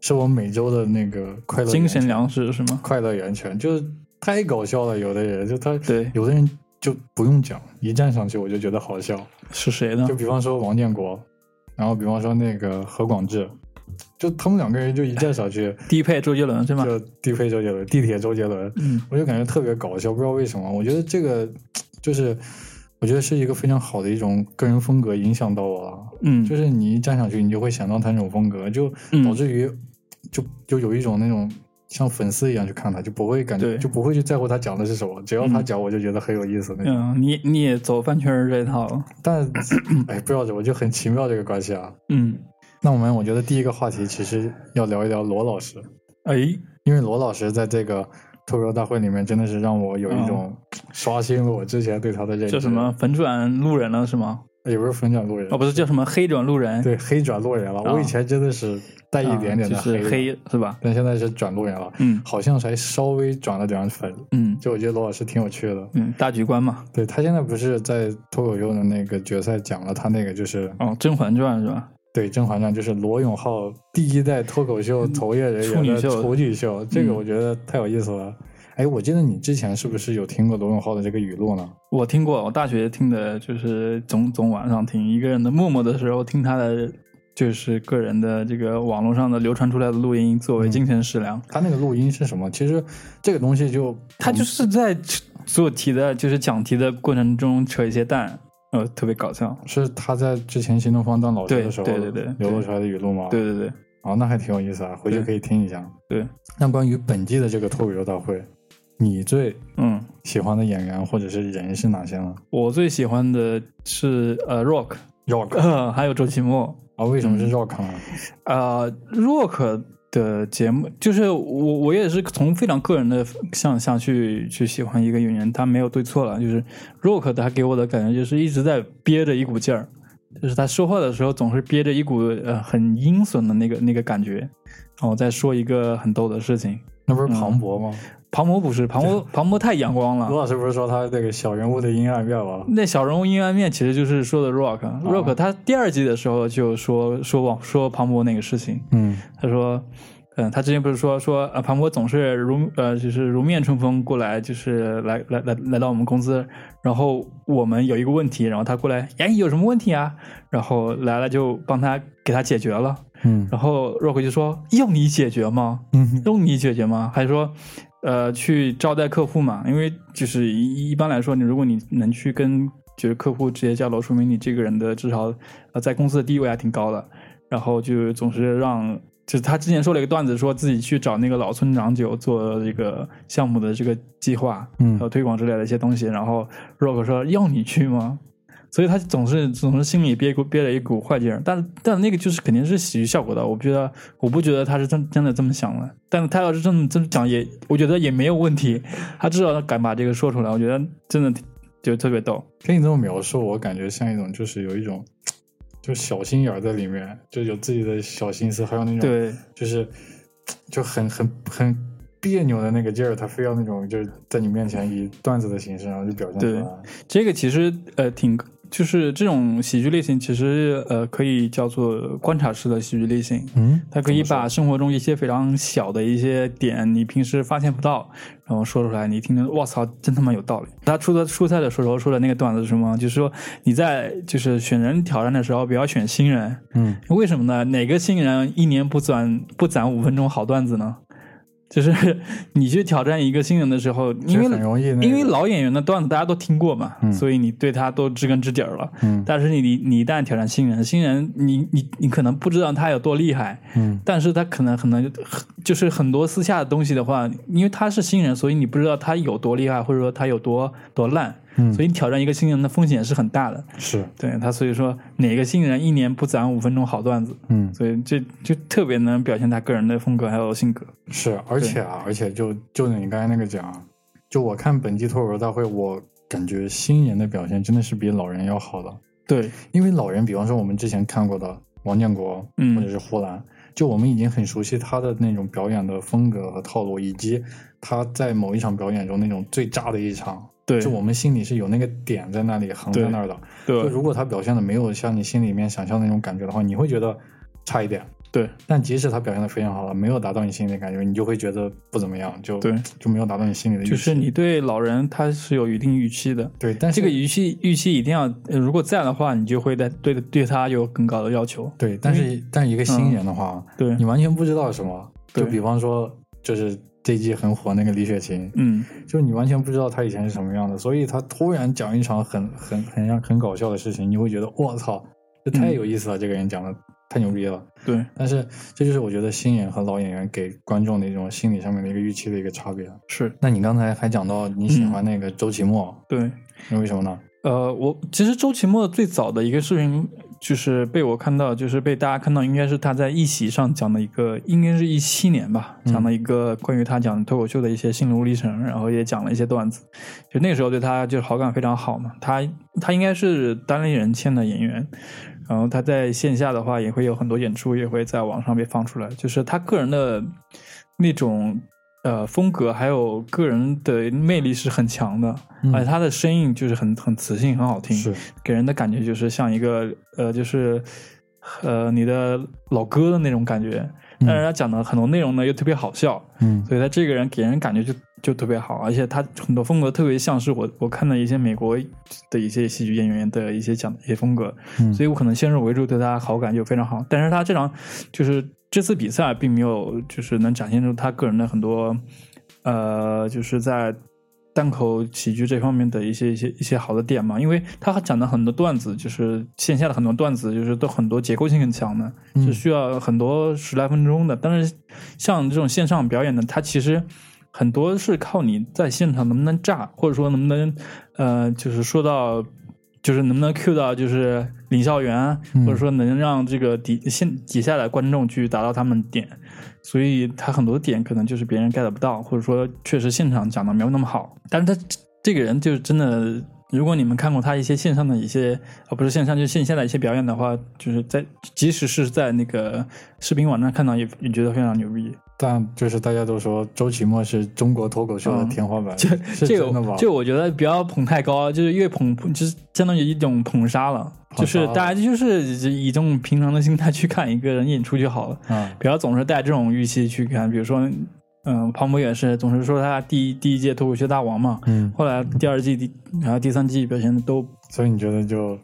A: 是我每周的那个快乐源
B: 精神
A: 泉
B: 粮食是吗？
A: 快乐源泉，就是太搞笑了。有的人就他，
B: 对，
A: 有的人就不用讲，一站上去我就觉得好笑。
B: 是谁呢
A: 就？比方说王建国，然后比方说那个何广智，就他们两个人就一站上去
B: 低配周杰伦是吗？
A: 就低配周杰伦，地铁周杰伦，
B: 嗯
A: 我就感觉特别搞笑，不知道为什么。我觉得这个就是，我觉得是一个非常好的一种个人风格影响到我了。
B: 嗯，
A: 就是你一站上去，你就会想到他那种风格，就
B: 嗯
A: 导致于就就有一种那种像粉丝一样去看他，就不会感
B: 对
A: 觉就不会去在乎他讲的是什么，只要他
B: 嗯
A: 讲我就觉得很有意思那种。
B: 嗯，你你也走饭圈儿这一套了。
A: 但哎，不知道怎么就很奇妙这个关系啊。
B: 嗯，
A: 那我们我觉得第一个话题其实要聊一聊罗老师，
B: 哎，
A: 因为罗老师在这个脱口秀大会里面真的是让我有一种刷新了我之前对他的认知。
B: 嗯叫什么？粉转路人了是吗？
A: 也不是粉转路人
B: 哦，，不是叫什么黑转路人，
A: 对，黑转路人了。
B: 啊
A: 我以前真的是带一点点的
B: 啊就是
A: 黑
B: 黑是吧？
A: 但现在是转路人了，
B: 嗯
A: 好像才稍微转了点粉。
B: 嗯
A: 就我觉得罗老师挺有趣的，
B: 嗯，大局观嘛。
A: 对他现在不是在脱口秀的那个决赛讲了他那个就是、
B: 哦，《甄嬛传》是吧？
A: 对《甄嬛传》，就是罗永浩第一代脱口秀从业人
B: 嗯处
A: 员
B: 女
A: 的
B: 秀
A: 处女秀，这个
B: 嗯
A: 我觉得太有意思了。哎，我记得你之前是不是有听过罗永浩的这个语录呢？
B: 我听过，我大学听的就是总总晚上听一个人的默默的时候，听他的就是个人的这个网络上的流传出来的录音作为精神食粮。
A: 他那个录音是什么？其实这个东西就
B: 他就是在做题的，就是讲题的过程中扯一些蛋，呃，特别搞笑。
A: 是他在之前新东方当老师
B: 对
A: 的时候
B: 对对对
A: 流露出来的语录吗？
B: 对对对，
A: 哦，那还挺有意思啊，回去
B: 对
A: 可以听一下。
B: 对，
A: 那关于本季的这个脱口秀大会，你最
B: 嗯，
A: 喜欢的演员或者是人是哪些呢？
B: 我最喜欢的是呃 Rock，嗯
A: rock
B: 呃，还有周奇墨，
A: 啊？为什么是 rock 呢？
B: 啊 r o c k 的节目就是我，我也是从非常个人的向下去去喜欢一个演员，他没有对错了。就是 Rock 他给我的感觉就是一直在憋着一股劲儿，就是他说话的时候总是憋着一股呃很阴损的那个那个感觉，然后再说一个很逗的事情。
A: 那不是庞博吗？
B: 庞博不是庞博，庞博太阳光了
A: 罗。老师不是说他这个小人物的阴暗面吗？
B: 那小人物阴暗面其实就是说的 Rock，Rock、他第二季的时候就说说往说庞博那个事情，
A: 嗯，
B: 他说，嗯，他之前不是说说啊，庞博总是如呃，就是如面春风过来，就是来来来来到我们公司，然后我们有一个问题，然后他过来，哎，有什么问题啊？然后来了就帮他给他解决了，
A: 嗯
B: 然后 Rock 就说用你解决吗？
A: 嗯
B: 用你解决吗？还说，呃，去招待客户嘛？因为就是一一般来说，你如果你能去跟就是客户直接交流，说明你这个人的至少呃在公司的地位还挺高的。然后就总是让，就是他之前说了一个段子，说自己去找那个老村长酒做这个项目的这个计划，
A: 嗯
B: 呃推广之类的一些东西。然后 Rock 说要你去吗？所以他总是总是心里憋股憋了一股坏劲儿，但但那个就是肯定是喜剧效果的，我觉得我不觉得他是真真的这么想的，但他要是这么这么讲也，我觉得也没有问题，他至少敢把这个说出来，我觉得真的挺就特别逗。
A: 听你这么描述，我感觉像一种就是有一种就小心眼儿在里面，就有自己的小心思，还有那种
B: 对，
A: 就是就很很很别扭的那个劲儿，他非要那种就是在你面前以段子的形式，然后就表现出
B: 对
A: 来。
B: 这个其实呃挺，就是这种喜剧类型，其实呃可以叫做观察式的喜剧类型，
A: 嗯，
B: 它可以
A: 怎么
B: 把生活中一些非常小的一些点，你平时发现不到，然后说出来，你听着，哇操，真他妈有道理。他出的出菜的时候说的那个段子是什么？就是说你在就是选人挑战的时候，不要选新人，
A: 嗯，
B: 为什么呢？哪个新人一年不攒不攒五分钟好段子呢？就是 你去挑战一个新人的时候，
A: 其
B: 因
A: 实
B: 为
A: 很容易那个，
B: 因为老演员的段子大家都听过嘛，
A: 嗯
B: 所以你对他都知根知底儿了。
A: 嗯
B: 但是你你你一旦挑战新人，新人你你你可能不知道他有多厉害，
A: 嗯
B: 但是他可能可能就是很多私下的东西的话，因为他是新人，所以你不知道他有多厉害，或者说他有多多烂，
A: 嗯，
B: 所以你挑战一个新人的风险是很大的。
A: 是
B: 对他，所以说哪个新人一年不攒五分钟好段子，
A: 嗯
B: 所以这就特别能表现他个人的风格还有性格。
A: 是，而且啊，而且就就着你刚才那个讲啊，就我看本季脱口秀大会，我感觉新人的表现真的是比老人要好的，
B: 对，
A: 因为老人，比方说我们之前看过的王建国，
B: 嗯
A: 或者是呼兰，就我们已经很熟悉他的那种表演的风格和套路，以及他在某一场表演中那种最炸的一场，
B: 对，
A: 就我们心里是有那个点在那里横在
B: 对
A: 那儿的。就
B: 对
A: 如果他表现的没有像你心里面想象的那种感觉的话，你会觉得差一点。
B: 对
A: 但即使他表现的非常好了，没有达到你心里的感觉，你就会觉得不怎么样，就
B: 对，
A: 就没有达到你心里的预期。
B: 就是你对老人他是有一定预期的，
A: 对，但是
B: 这个预期预期一定要，呃如果在的话，你就会在对对他有更高的要求。
A: 对，但
B: 因
A: 是但一个新人的话，
B: 对
A: 你，完全不知道什么。就
B: 对
A: 比方说，就是这季很火那个李雪琴，
B: 嗯，
A: 就是你完全不知道她以前是什么样的，所以她突然讲一场很很很让很搞笑的事情，你会觉得我操，这太
B: 嗯
A: 有意思了，这个人讲的太牛逼了。
B: 对，
A: 但是这就是我觉得新演和老演员给观众的一种心理上面的一个预期的一个差别。嗯
B: 是，
A: 那你刚才还讲到你喜欢那个周奇墨，
B: 对。
A: 那、为什么呢？
B: 呃，我其实周奇墨最早的一个视频，就是被我看到，就是被大家看到，应该是他在一席上讲的一个，应该是一七年吧，
A: 嗯
B: 讲了一个关于他讲脱口秀的一些心路历程，然后也讲了一些段子。就那个时候对他就是好感非常好嘛，他他应该是单立人签的演员，然后他在线下的话也会有很多演出，也会在网上被放出来，就是他个人的那种。呃，风格还有个人的魅力是很强的，
A: 嗯
B: 而且他的声音就是很很磁性，很好听，
A: 是
B: 给人的感觉就是像一个呃，就是呃你的老哥的那种感觉。
A: 嗯
B: 但是他讲的很多内容呢又特别好笑，
A: 嗯
B: 所以他这个人给人感觉就就特别好，而且他很多风格特别像是我我看的一些美国的一些喜剧演员的一些讲的一些风格，
A: 嗯
B: 所以我可能先入为主对他好感就非常好。但是他这场就是这次比赛并没有就是能展现出他个人的很多呃就是在单口喜剧这方面的一些一些一些好的点嘛，因为他讲的很多段子就是线下的很多段子就是都很多结构性很强的，
A: 嗯
B: 是需要很多十来分钟的。但是像这种线上表演呢，它其实很多是靠你在现场能不能炸，或者说能不能呃，就是说到就是能不能 cue 到就是领校园，
A: 嗯
B: 或者说能让这个底线底下的观众去达到他们的点，所以他很多点可能就是别人 get 不到，或者说确实现场讲的没有那么好。但是他这这个人就是真的，如果你们看过他一些线上的一些，呃，不是线上，就是线下的一些表演的话，就是在即使是在那个视频网站看到也也觉得非常牛逼。
A: 但就是大家都说周奇墨是中国脱口秀的
B: 嗯
A: 天花板，
B: 这
A: 是
B: 这
A: 真的
B: 个
A: 吗？
B: 这个我觉得不要捧太高，啊就是越捧就是相当于一种捧杀了，
A: 捧
B: 就
A: 杀
B: 是
A: 了
B: 大家就是以一种平常的心态去看一个人演出就好了，
A: 啊，
B: 不要总是带这种预期去看。比如说，嗯，庞博也是总是说他第一第一届脱口秀大王嘛，
A: 嗯，
B: 后来第二季第然后第三季表现的都
A: 所以你觉得就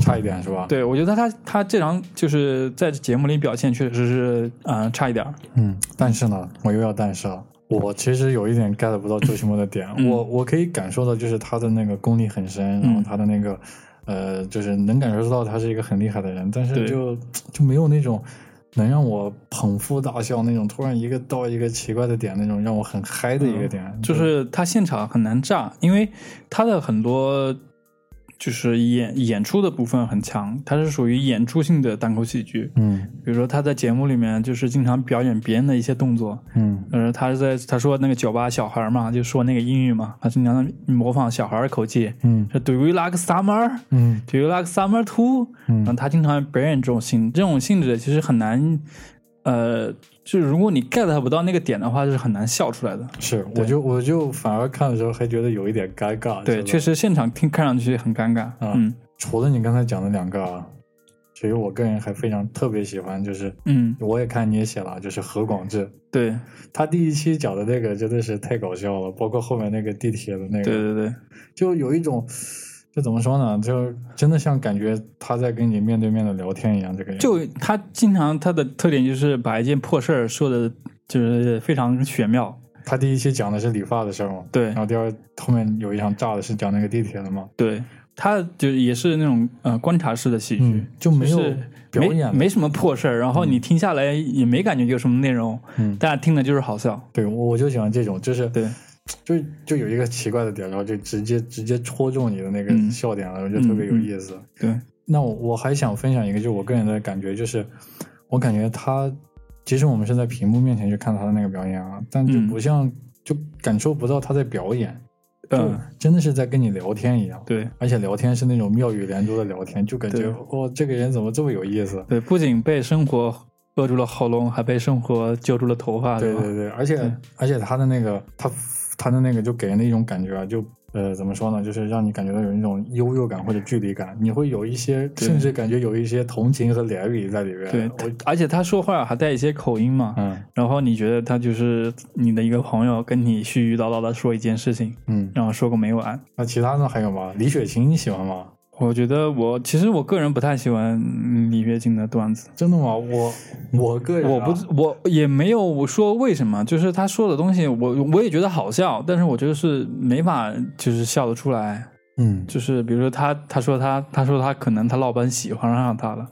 A: 差一点是吧？，
B: 对我觉得他他这场就是在节目里表现确实是嗯、呃差一点儿，
A: 嗯，但是呢，我又要但是了。我其实有一点 get 不到周奇墨的点，
B: 嗯
A: 我我可以感受到就是他的那个功力很深，然后
B: 嗯
A: 他的那个呃，就是能感受到他是一个很厉害的人，但是
B: 对
A: 就就没有那种能让我捧腹大笑那种，突然一个到一个奇怪的点那种让我很嗨的一个点，
B: 嗯就是他现场很难炸，因为他的很多就是演演出的部分很强，他是属于演出性的单口喜剧。
A: 嗯
B: 比如说他在节目里面就是经常表演别人的一些动作，
A: 嗯
B: 呃，他是在他说那个酒吧小孩嘛，就说那个英语嘛，他经常模仿小孩的口气，
A: 嗯
B: 说 Do you like summer?
A: 嗯
B: Do you like summer too? 然后
A: 嗯
B: 他经常表演这种性这种性质，其实很难，呃，就是如果你 get 不到那个点的话，就是很难笑出来的。
A: 是，我
B: 对
A: 就我就反而看的时候还觉得有一点尴尬，
B: 对，
A: 确
B: 确
A: 实。
B: 实现场听看上去很尴尬。
A: 嗯
B: 嗯
A: 除了你刚才讲的两个啊，其实我个人还非常特别喜欢，就是
B: 嗯，
A: 我也看你也写了，就是何广智，
B: 对
A: 他第一期讲的那个真的是太搞笑了，包括后面那个地铁的那
B: 对
A: 个，
B: 对对，
A: 就有一种，就怎么说呢，就真的像感觉他在跟你面对面的聊天一样，这个样子
B: 就他经常他的特点就是把一件破事儿说的，就是非常玄妙。
A: 他第一期讲的是理发的事儿嘛，
B: 对
A: 然后第二后面有一场炸的是讲那个地铁的嘛，
B: 对，他就也是那种呃观察式的喜剧，
A: 嗯，就没有
B: 就是
A: 表演的
B: 没没什么破事儿，然后你听下来也没感觉有什么内容，
A: 嗯
B: 大家听的就是好笑。
A: 对，我我就喜欢这种，就是
B: 对，
A: 就就有一个奇怪的点，然后就直接直接戳中你的那个
B: 嗯
A: 笑点了，我觉得特别有意思。
B: 对，
A: 那我我还想分享一个，就我个人的感觉，就是我感觉他，即使我们是在屏幕面前去看他的那个表演啊，但就
B: 嗯
A: 不像、就感受不到他在表演，就
B: 嗯，
A: 真的是在跟你聊天一样。
B: 对。
A: 而且聊天是那种妙语连珠的聊天，就感觉
B: 对
A: 哇、这个人怎么这么有意思？
B: 对，不仅被生活扼住了喉咙，还被生活揪住了头发，
A: 对
B: 是吧
A: 对对，而且
B: 对
A: 而且他的那个他他的那个就给人的一种感觉啊，就呃怎么说呢，就是让你感觉到有一种优越感或者距离感，你会有一些
B: 对
A: 甚至感觉有一些同情和怜悯在里边。
B: 对
A: 我
B: 而且他说话还带一些口音嘛，
A: 嗯
B: 然后你觉得他就是你的一个朋友，跟你絮絮叨叨的说一件事情，
A: 嗯，
B: 然后说个没完。
A: 那其他的还有吗？李雪琴你喜欢吗？
B: 我觉得我其实我个人不太喜欢嗯李月静的段子，
A: 真的吗？我我个人啊、
B: 我不我也没有说为什么，就是他说的东西我我也觉得好笑，但是我觉得是没法就是笑得出来，
A: 嗯
B: 就是比如说他他说他他说他可能他老板喜欢上他了，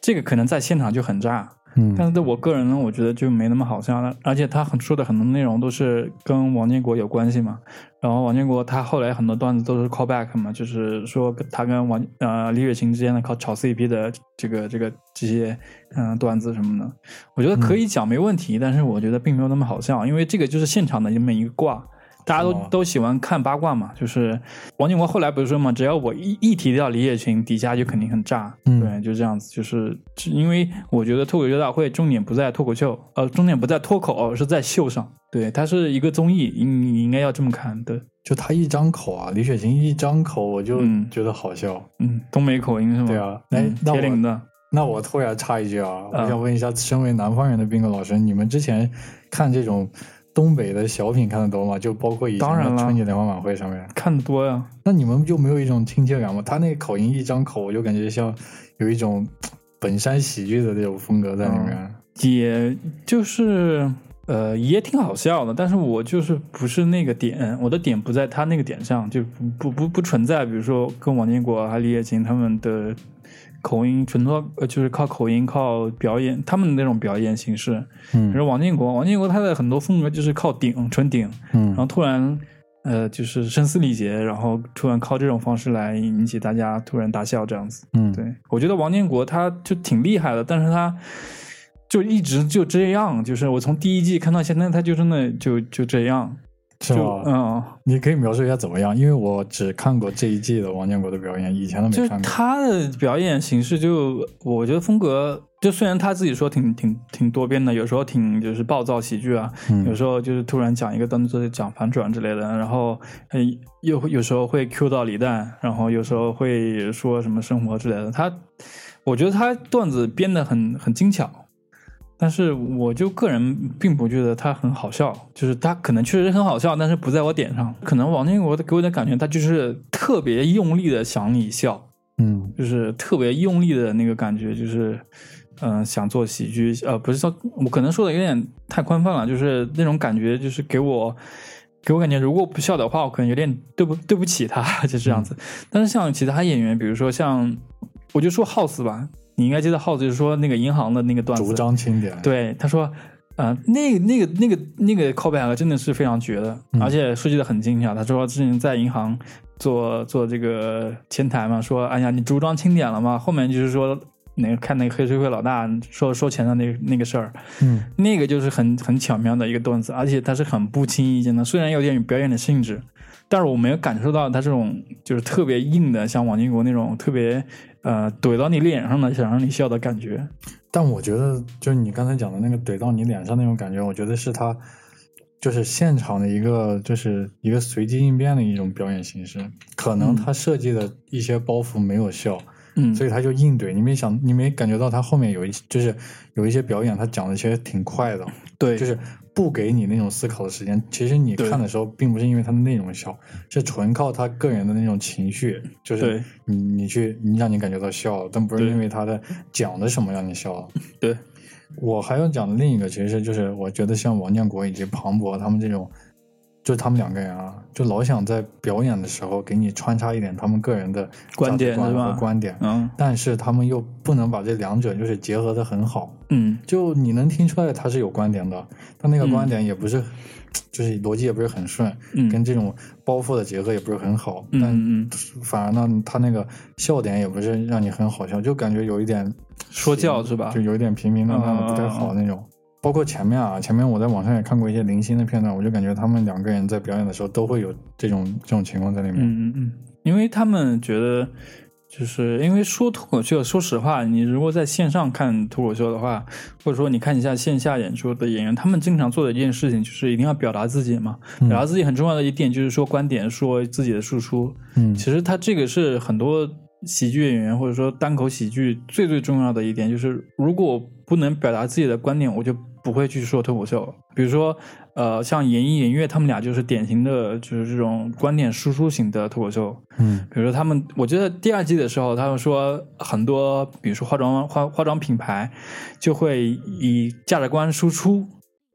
B: 这个可能在现场就很炸，
A: 嗯
B: 但是对我个人呢，我觉得就没那么好笑了。而且他很说的很多内容都是跟王建国有关系嘛。然后王建国他后来很多段子都是 callback 嘛，就是说他跟王呃李雪琴之间的靠炒 CP 的这个这个这些嗯、呃段子什么的，我觉得可
A: 嗯
B: 以讲没问题，但是我觉得并没有那么好笑，因为这个就是现场的这么一个挂。大家都
A: 是吗
B: 都喜欢看八卦嘛，就是王建国后来不是说嘛，只要我一一提到李雪琴，底下就肯定很炸，
A: 嗯
B: 对，就这样子，就是是因为我觉得脱口秀大会重点不在脱口秀，呃，重点不在脱口，是在秀上，对，它是一个综艺，你你应该要这么看，对，
A: 就他一张口啊，李雪琴一张口我就
B: 嗯
A: 觉得好笑。
B: 嗯，东北口音是吗？
A: 对啊哎
B: 嗯、
A: 那我
B: 铁岭的，
A: 那我突然插一句啊，我
B: 嗯
A: 想问一下，身为南方人的斌哥老师，你们之前看这种东北的小品看的多吗？就包括以
B: 当
A: 前
B: 然
A: 的
B: 了
A: 春节联欢晚会上面，
B: 看的多呀，
A: 那你们就没有一种亲切感吗？他那个口音一张口，我就感觉像有一种本山喜剧的那种风格在里面。
B: 也就是呃也挺好笑的，但是我就是不是那个点，我的点不在他那个点上，就不不不不存在，比如说跟王建国还有李雪琴他们的口音，纯靠呃就是靠口音靠表演，他们的那种表演形式。比
A: 嗯
B: 如王建国，王建国他的很多风格就是靠顶纯顶，
A: 嗯
B: 然后突然。呃，就是声嘶力竭，然后突然靠这种方式来引起大家突然大笑这样子。
A: 嗯，
B: 对，我觉得王建国他就挺厉害的，但是他就一直就这样，就是我从第一季看到现在，他就真的就就这样，
A: 是
B: 就
A: 吗？
B: 嗯，
A: 你可以描述一下怎么样？因为我只看过这一季的王建国的表演，以前都
B: 就
A: 没
B: 是
A: 看过。
B: 他的表演形式就，我觉得风格，就虽然他自己说挺挺挺多变的，有时候挺就是暴躁喜剧啊，有
A: 嗯
B: 时候就是突然讲一个动作讲反转之类的，然后呃又有时候会 Q 到李诞，然后有时候会说什么生活之类的。他，我觉得他段子编的很很精巧，但是我就个人并不觉得他很好笑，就是他可能确实很好笑，但是不在我点上。可能王建国给我的感觉，他就是特别用力的想你笑，
A: 嗯
B: 就是特别用力的那个感觉，就是嗯、呃想做喜剧，呃，不是说我可能说的有点太宽泛了，就是那种感觉，就是给我给我感觉，如果不笑的话，我可能有点对不对不起他， 就这样子。但是像其他演员，比如说像我就说 House 吧，你应该记得 House 就是说那个银行的那个段
A: 主
B: 子，
A: 张清点。，
B: 对，他说，呃，那个、那个、那个、那个 callback 啊真的是非常绝的，
A: 嗯
B: 而且设计的很精巧。他说之前在银行做做这个前台嘛，说，哎呀，你主张清点了吗？后面就是说。那个看那个黑社会老大收收钱的那个那个事儿，
A: 嗯
B: 那个就是很很巧妙的一个段子，而且它是很不经意间的，虽然有点表演的性质，但是我没有感受到他这种就是特别硬的，像王建国那种特别呃怼到你脸上的想让你笑的感觉。
A: 但我觉得就是你刚才讲的那个怼到你脸上那种感觉，我觉得是他就是现场的一个就是一个随机应变的一种表演形式。可能
B: 嗯
A: 他设计的一些包袱没有效，
B: 嗯，
A: 所以他就硬怼。你没想，你没感觉到他后面有一就是有一些表演，他讲的其实挺快的，
B: 对，
A: 就是不给你那种思考的时间。其实你
B: 对
A: 看的时候，并不是因为他的内容笑，是纯靠他个人的那种情绪，就是
B: 对
A: 你你去你让你感觉到笑，但不是
B: 对
A: 因为他的讲的什么让你笑了。
B: 对，
A: 我还要讲的另一个，其实就是我觉得像王建国以及庞博他们这种，就他们两个人啊，就老想在表演的时候给你穿插一点他们个人的
B: 观
A: 价值
B: 点
A: 观
B: 是吧
A: 和观点，
B: 嗯
A: 但是他们又不能把这两者就是结合的很好。
B: 嗯，
A: 就你能听出来他是有观点的，但那个
B: 嗯
A: 观点也不是，就是逻辑也不是很顺，
B: 嗯
A: 跟这种包袱的结合也不是很好，
B: 嗯
A: 但
B: 嗯，嗯
A: 反而呢，他那个笑点也不是让你很好笑，就感觉有一点
B: 说教是吧
A: 就？有一点平平淡淡的不太好那
B: 啊
A: 种。包括前面啊，前面我在网上也看过一些零星的片段，我就感觉他们两个人在表演的时候都会有这种这种情况在里面。
B: 嗯嗯嗯，因为他们觉得，就是因为说脱口秀，说实话，你如果在线上看脱口秀的话，或者说你看一下线下演出的演员，他们经常做的一件事情就是一定要表达自己嘛，
A: 嗯
B: 表达自己很重要的一点就是说观点，说自己的输出，
A: 嗯
B: 其实他这个是很多喜剧演员或者说单口喜剧最最重要的一点，就是如果我不能表达自己的观点，我就不会去说脱口秀。比如说，呃，像严艺、严悦他们俩就是典型的，就是这种观点输出型的脱口秀。
A: 嗯
B: 比如说他们，我觉得第二季的时候，他们说很多，比如说化妆化化妆品牌，就会以价值观输出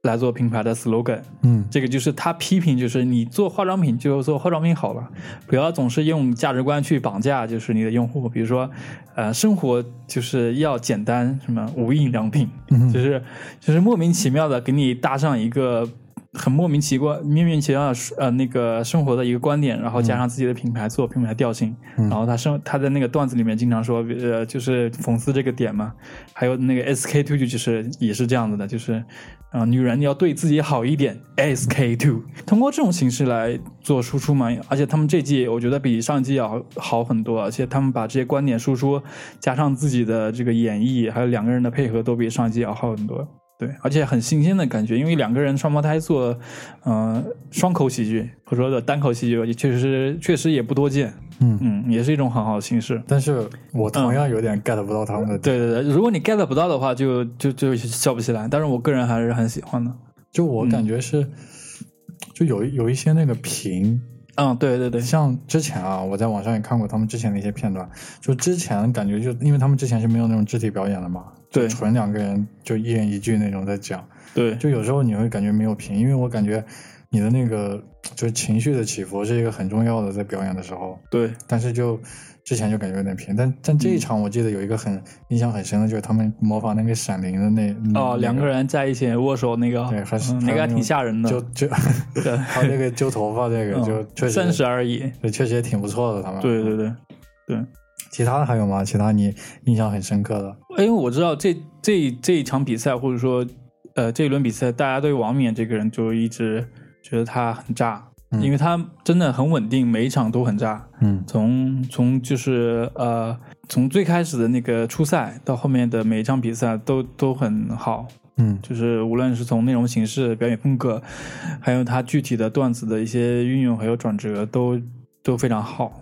B: 来做品牌的 slogan。
A: 嗯
B: 这个就是他批评，就是你做化妆品就做化妆品好了，不要总是用价值观去绑架，就是你的用户。比如说，呃，生活就是要简单，什么无印良品，
A: 嗯
B: 就是就是莫名其妙的给你搭上一个很莫名其妙、莫名其妙的呃那个生活的一个观点，然后加上自己的品牌做品牌调性，
A: 嗯
B: 然后他生他在那个段子里面经常说呃就是讽刺这个点嘛，还有那个 SK two 就是也是这样子的，就是啊、呃女人要对自己好一点，SK two 通过这种形式来做输出嘛，而且他们这季我觉得比上一季要好很多，而且他们把这些观点输出加上自己的这个演绎，还有两个人的配合都比上一季要好很多。对，而且很新鲜的感觉，因为两个人双胞胎做，呃，双口喜剧或者说单口喜剧，也确实确实也不多见，
A: 嗯
B: 嗯，也是一种很好的形式。
A: 但是我同样有点 get 不到他们的点。
B: 嗯啊对对对，如果你 get 不到的话，就就就笑不起来。但是我个人还是很喜欢的。
A: 就我感觉是，就有一有一些那个评，
B: 嗯，对对对，
A: 像之前啊，我在网上也看过他们之前的一些片段，就之前感觉就因为他们之前是没有那种肢体表演的嘛，
B: 对
A: 纯两个人就一人一句那种在讲，
B: 对，
A: 就有时候你会感觉没有平，因为我感觉你的那个就是情绪的起伏是一个很重要的，在表演的时候，
B: 对，
A: 但是就之前就感觉有点平，但但
B: 嗯
A: 这一场我记得有一个很印象很深的，就是他们模仿那个《闪灵》的那
B: 哦，两个
A: 人
B: 人在一起握手那个，
A: 嗯对还是
B: 嗯
A: 还有
B: 那个
A: 那
B: 还挺
A: 种
B: 吓人的，
A: 就就
B: 对，嗯
A: 还有那个揪头发这个就确实嗯
B: 三十而已，
A: 对，确实也挺不错的。他们
B: 对对对。
A: 其他的还有吗？其他你印象很深刻的？
B: 哎，我知道这这这一场比赛，或者说呃这一轮比赛，大家对王冕这个人就一直觉得他很炸，
A: 嗯
B: 因为他真的很稳定，每一场都很炸。
A: 嗯
B: 从从就是呃从最开始的那个初赛到后面的每一场比赛都都很好，
A: 嗯
B: 就是无论是从内容形式、表演风格，还有他具体的段子的一些运用还有转折，都都非常好。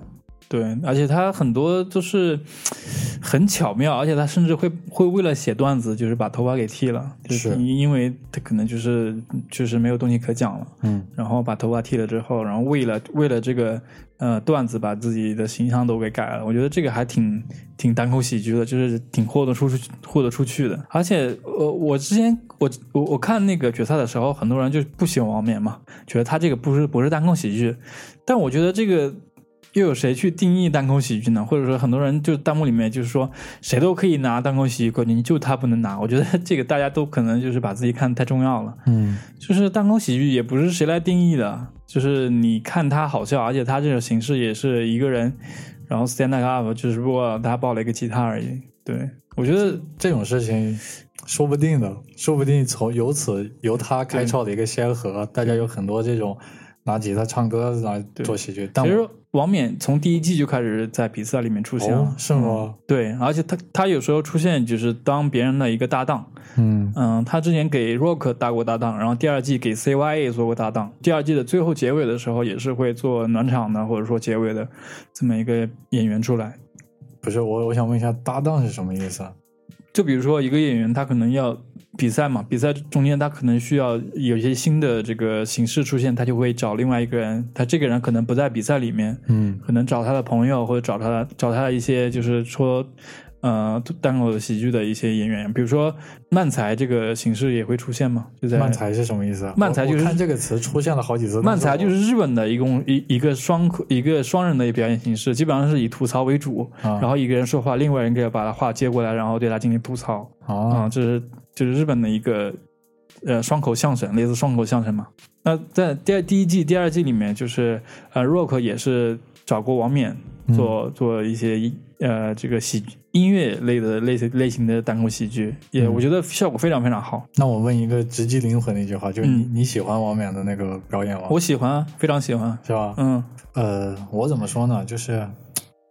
B: 对，而且他很多就是很巧妙，而且他甚至会会为了写段子，就是把头发给剃了，就是
A: 是
B: 因因为他可能就是就是没有东西可讲了，
A: 嗯
B: 然后把头发剃了之后，然后为了为了这个呃段子把自己的形象都给改了，我觉得这个还挺挺单口喜剧的，就是挺豁得出去豁得出去的。而且呃，我之前我我我看那个决赛的时候，很多人就不喜欢王冕嘛，觉得他这个不是不是单口喜剧，但我觉得这个。又有谁去定义单口喜剧呢？或者说，很多人就弹幕里面就是说，谁都可以拿单口喜剧冠军，就他不能拿。我觉得这个大家都可能就是把自己看得太重要了。
A: 嗯
B: 就是单口喜剧也不是谁来定义的，就是你看它好笑，而且它这种形式也是一个人，然后 stand up，只不过他抱了一个吉他而已。对我觉得
A: 这种事情说不定的，说不定从由此由他开创的一个先河，大家有很多这种拿吉他唱歌来做喜剧，但
B: 其
A: 我
B: 实王冕从第一季就开始在比赛里面出现了，
A: 哦是吗？
B: 对，而且他他有时候出现就是当别人的一个搭档，
A: 嗯
B: 嗯，他之前给 Rock 搭过搭档，然后第二季给 CYA 做过搭档。第二季的最后结尾的时候，也是会做暖场的，或者说结尾的这么一个演员出来。
A: 不是我，我想问一下搭档是什么意思啊？
B: 就比如说一个演员，他可能要比赛嘛，比赛中间他可能需要有一些新的这个形式出现，他就会找另外一个人，他这个人可能不在比赛里面，
A: 嗯
B: 可能找他的朋友或者找他找他的一些就是说。呃，单口喜剧的一些演员，比如说漫才这个形式也会出现嘛，就在
A: 漫才是什么意思啊？
B: 漫才
A: 我
B: 就是
A: 我看这个词出现了好几次。
B: 漫才就
A: 但
B: 是日本的一共一一个双口一个双人的一个表演形式，基本上是以吐槽为主，
A: 我啊
B: 然后一个人说话，另外一个人把他话接过来，然后对他进行吐槽。啊、
A: 啊
B: 这是就是日本的一个呃双口相声，类似双口相声嘛。那在第二第一季、第二季里面，就是呃 Rock 也是找过王冕
A: 嗯
B: 做、做一些呃这个喜音乐类的类似类型的单口喜剧，也、
A: 嗯
B: 我觉得效果非常非常好，
A: 那我问一个直击灵魂的一句话，就是你、
B: 嗯
A: 你喜欢王冕的那个表演吗？
B: 我喜欢，啊非常喜欢。
A: 是吧？
B: 嗯，
A: 呃，我怎么说呢？就是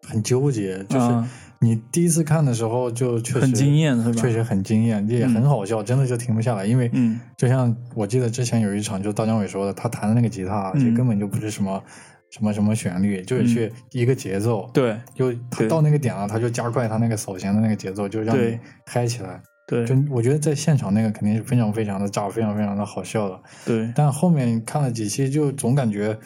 A: 很纠结，就是
B: 啊
A: 你第一次看的时候就确实
B: 很惊，艳是吧？
A: 确，实很惊艳，也很好笑，真的就停不下来。因为
B: 嗯，
A: 就像我记得之前有一场，就大张伟说的，他弹的那个吉他，
B: 嗯
A: 其实根本就不是什么什么什么旋律，就是去一个节奏，
B: 对
A: 就他
B: 对
A: 到那个点了，他就加快他那个扫弦的那个节奏，就让
B: 对
A: 你嗨起来。
B: 对
A: 就我觉得在现场那个肯定是非常非常的炸，非常非常的好笑的。
B: 对，
A: 但后面看了几期，就总感觉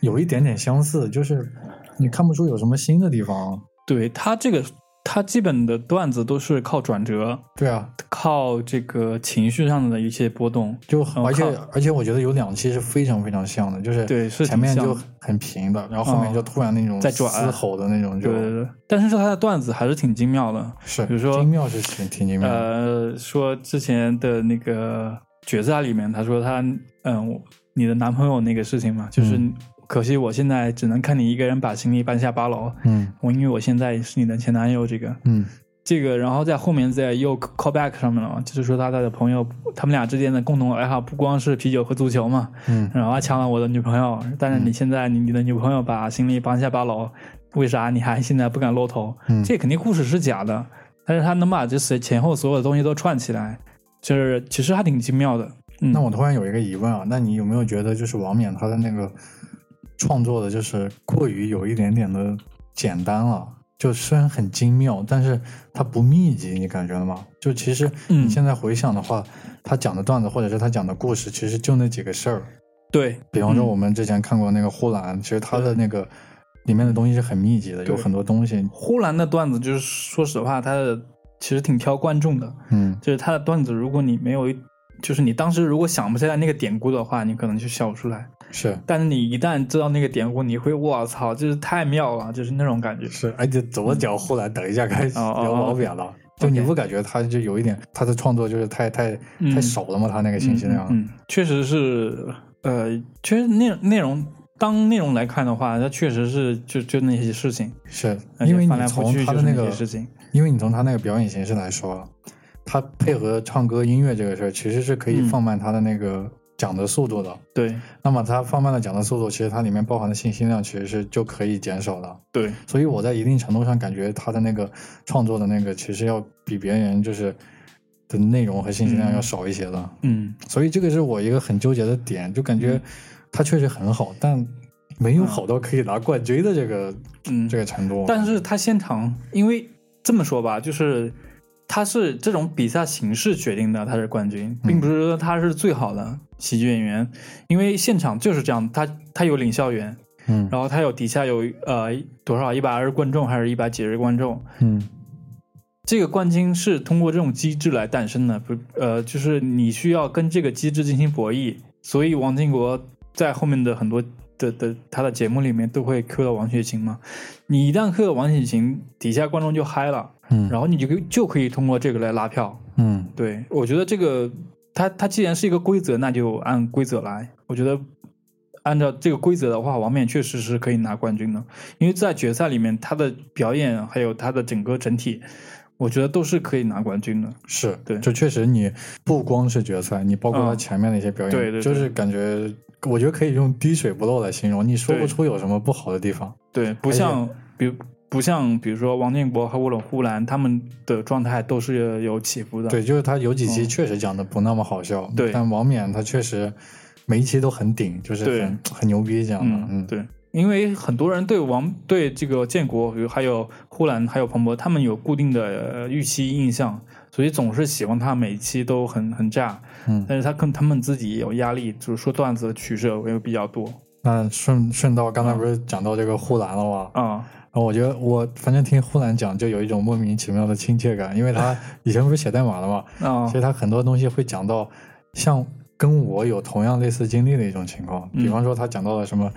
A: 有一点点相似，就是你看不出有什么新的地方。
B: 对他这个他基本的段子都是靠转折，
A: 对啊，
B: 靠这个情绪上的一些波动。
A: 就
B: 我
A: 而且
B: 靠
A: 而且我觉得有两期是非常非常像的，就是
B: 对是挺
A: 前面
B: 像
A: 就
B: 的
A: 很平的，然后后面
B: 嗯
A: 就突然那种
B: 再转
A: 嘶吼的那种就，
B: 对对对，但是他的段子还是挺精妙的。
A: 是
B: 比如说
A: 精妙是挺挺精妙的，
B: 呃，说之前的那个决赛里面，他说他嗯，我你的男朋友那个事情嘛，就是、
A: 嗯
B: 可惜我现在只能看你一个人把行李搬下八楼，
A: 嗯
B: 我因为我现在是你的前男友这个。
A: 嗯
B: 这个，然后在后面在又 call back 上面了嘛，就是说他的朋友，他们俩之间的共同爱好不光是啤酒和足球嘛，
A: 嗯，
B: 然后还抢了我的女朋友，但是你现在你你的女朋友把行李搬下八楼，为啥你还现在不敢露头？
A: 嗯
B: 这肯定故事是假的，但是他能把这所前后所有的东西都串起来，就是其实还挺精妙的。嗯，
A: 那我突然有一个疑问啊，那你有没有觉得就是王冕他的那个创作的，就是过于有一点点的简单了？就虽然很精妙，但是它不密集，你感觉了吗？就其实
B: 嗯
A: 你现在回想的话，他讲的段子或者是他讲的故事，其实就那几个事儿。
B: 对，
A: 比方说
B: 嗯
A: 我们之前看过那个呼兰，其实他的那个里面的东西是很密集的，
B: 对
A: 有很多东西。
B: 呼兰的段子就是说实话，他的其实挺挑观众的，
A: 嗯，
B: 就是他的段子，如果你没有一，就是你当时如果想不起来那个典故的话，你可能就笑不出来。
A: 是
B: 但是你一旦知道那个典故，你会我操，就是太妙了，就是那种感觉。
A: 是，哎而且左脚后来等一下开始
B: 嗯哦 哦
A: 聊
B: 哦
A: 老表了，就你不感觉他就有一点他的创作就是太太
B: 嗯
A: 太少了吗？他那个信息量，
B: 嗯，嗯确实是，呃，确实内内容当内容来看的话，它确实是就就那些事情，
A: 是
B: 而且
A: 因为
B: 翻
A: 你
B: 来覆
A: 从
B: 去
A: 他
B: 就
A: 的
B: 是那
A: 那个
B: 些事情。
A: 因为你从他那个表演形式来说，他配合唱歌音乐这个事儿，其实是可以
B: 嗯
A: 放慢他的那个讲的速度的。
B: 对
A: 那么他放慢了讲的速度，其实它里面包含的信息量其实是就可以减少的。
B: 对，
A: 所以我在一定程度上感觉他的那个创作的那个，其实要比别人就是的内容和信息量要少一些的。
B: 嗯，
A: 所以这个是我一个很纠结的点，就感觉他确实很好，但没有好到可以拿冠军的这个、
B: 嗯
A: 这个程度。
B: 但是他现场，因为这么说吧，就是他是这种比赛形式决定的，他是冠军，
A: 嗯
B: 并不是说他是最好的喜剧演员，因为现场就是这样，他他有领笑员，
A: 嗯
B: 然后他有底下有呃多少一百二十观众还是一百几十观众，
A: 嗯
B: 这个冠军是通过这种机制来诞生的，不呃，就是你需要跟这个机制进行博弈，所以王建国在后面的很多的的他的节目里面都会 Q 到王雪琴嘛，你一旦 Q 到王雪琴，底下观众就嗨了，
A: 嗯
B: 然后你就可以就可以通过这个来拉票。
A: 嗯
B: 对我觉得这个它它既然是一个规则，那就按规则来。我觉得按照这个规则的话，王冕确实是可以拿冠军的，因为在决赛里面他的表演还有他的整个整体，我觉得都是可以拿冠军的。
A: 是
B: 对
A: 就确实你不光是决赛，你包括他
B: 嗯
A: 前面的一些表演，
B: 对对对
A: 就是感觉我觉得可以用滴水不漏来形容，你说不
B: 对
A: 出有什么不好的地方。
B: 对，不像比如不像比如说王建国和沃伦呼兰他们的状态都是有起伏的。
A: 对，就是他有几期
B: 嗯
A: 确实讲的不那么好笑，
B: 对
A: 但王冕他确实每一期都很顶，就是
B: 对
A: 很很牛逼这样的，嗯，
B: 对，因为很多人对王对这个建国，比如还有呼兰，还有庞博，他们有固定的呃预期印象，所以总是喜欢他每期都很很炸。
A: 嗯
B: 但是他跟他们自己也有压力，就是说段子的取舍会比较多
A: 那顺顺道刚才不是讲到这个呼兰了吗？
B: 啊。
A: 然哦后我觉得我反正听呼兰讲就有一种莫名其妙的亲切感，因为 他以前不是写代码的嘛，
B: 啊
A: 其实他很多东西会讲到像跟我有同样类似经历的一种情况，
B: 嗯
A: 比方说他讲到了什么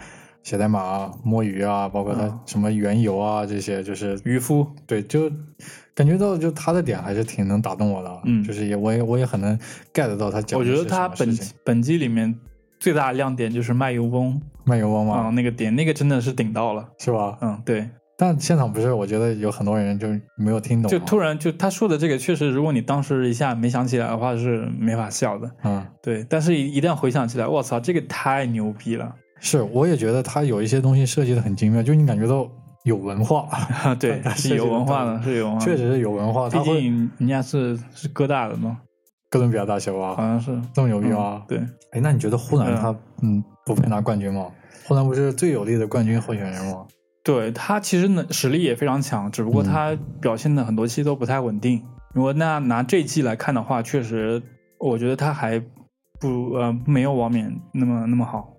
A: 写代码啊、摸鱼啊，包括他
B: 嗯
A: 什么原油啊这些，就是
B: 渔夫，
A: 对，就感觉到就他的点还是挺能打动我的，
B: 嗯
A: 就是也我也我也很能 get 到他讲
B: 我
A: 的是
B: 觉
A: 什么
B: 得他本
A: 事情
B: 本季里面最大的亮点就是卖油翁
A: 卖油汪
B: 啊、
A: 嘛，
B: 那个点，那个真的是顶到了。
A: 是吧？
B: 嗯，对，
A: 但现场不是，我觉得有很多人就没有听懂嘛，
B: 就突然就他说的这个，确实，如果你当时一下没想起来的话，是没法笑的。
A: 嗯。
B: 对，但是一一旦回想起来，我操，这个太牛逼了！
A: 是，我也觉得他有一些东西设计的很精妙，就你感觉到有文化，
B: 啊，对，
A: 但是
B: 是有文化的，是有文化的。
A: 嗯确，实是有文化。他
B: 毕
A: 会
B: 竟人家是是哥大的嘛，
A: 哥伦比亚大学啊，
B: 好像是。
A: 这么牛逼
B: 嗯
A: 吗？
B: 对，
A: 哎、那你觉得呼兰他嗯不配拿冠军吗？呼兰不是最有力的冠军候选人吗？
B: 对他其实呢实力也非常强，只不
A: 嗯
B: 过他表现的很多期都不太稳定。如果那拿这一季来看的话，确实我觉得他还不呃没有王冕那么那么好。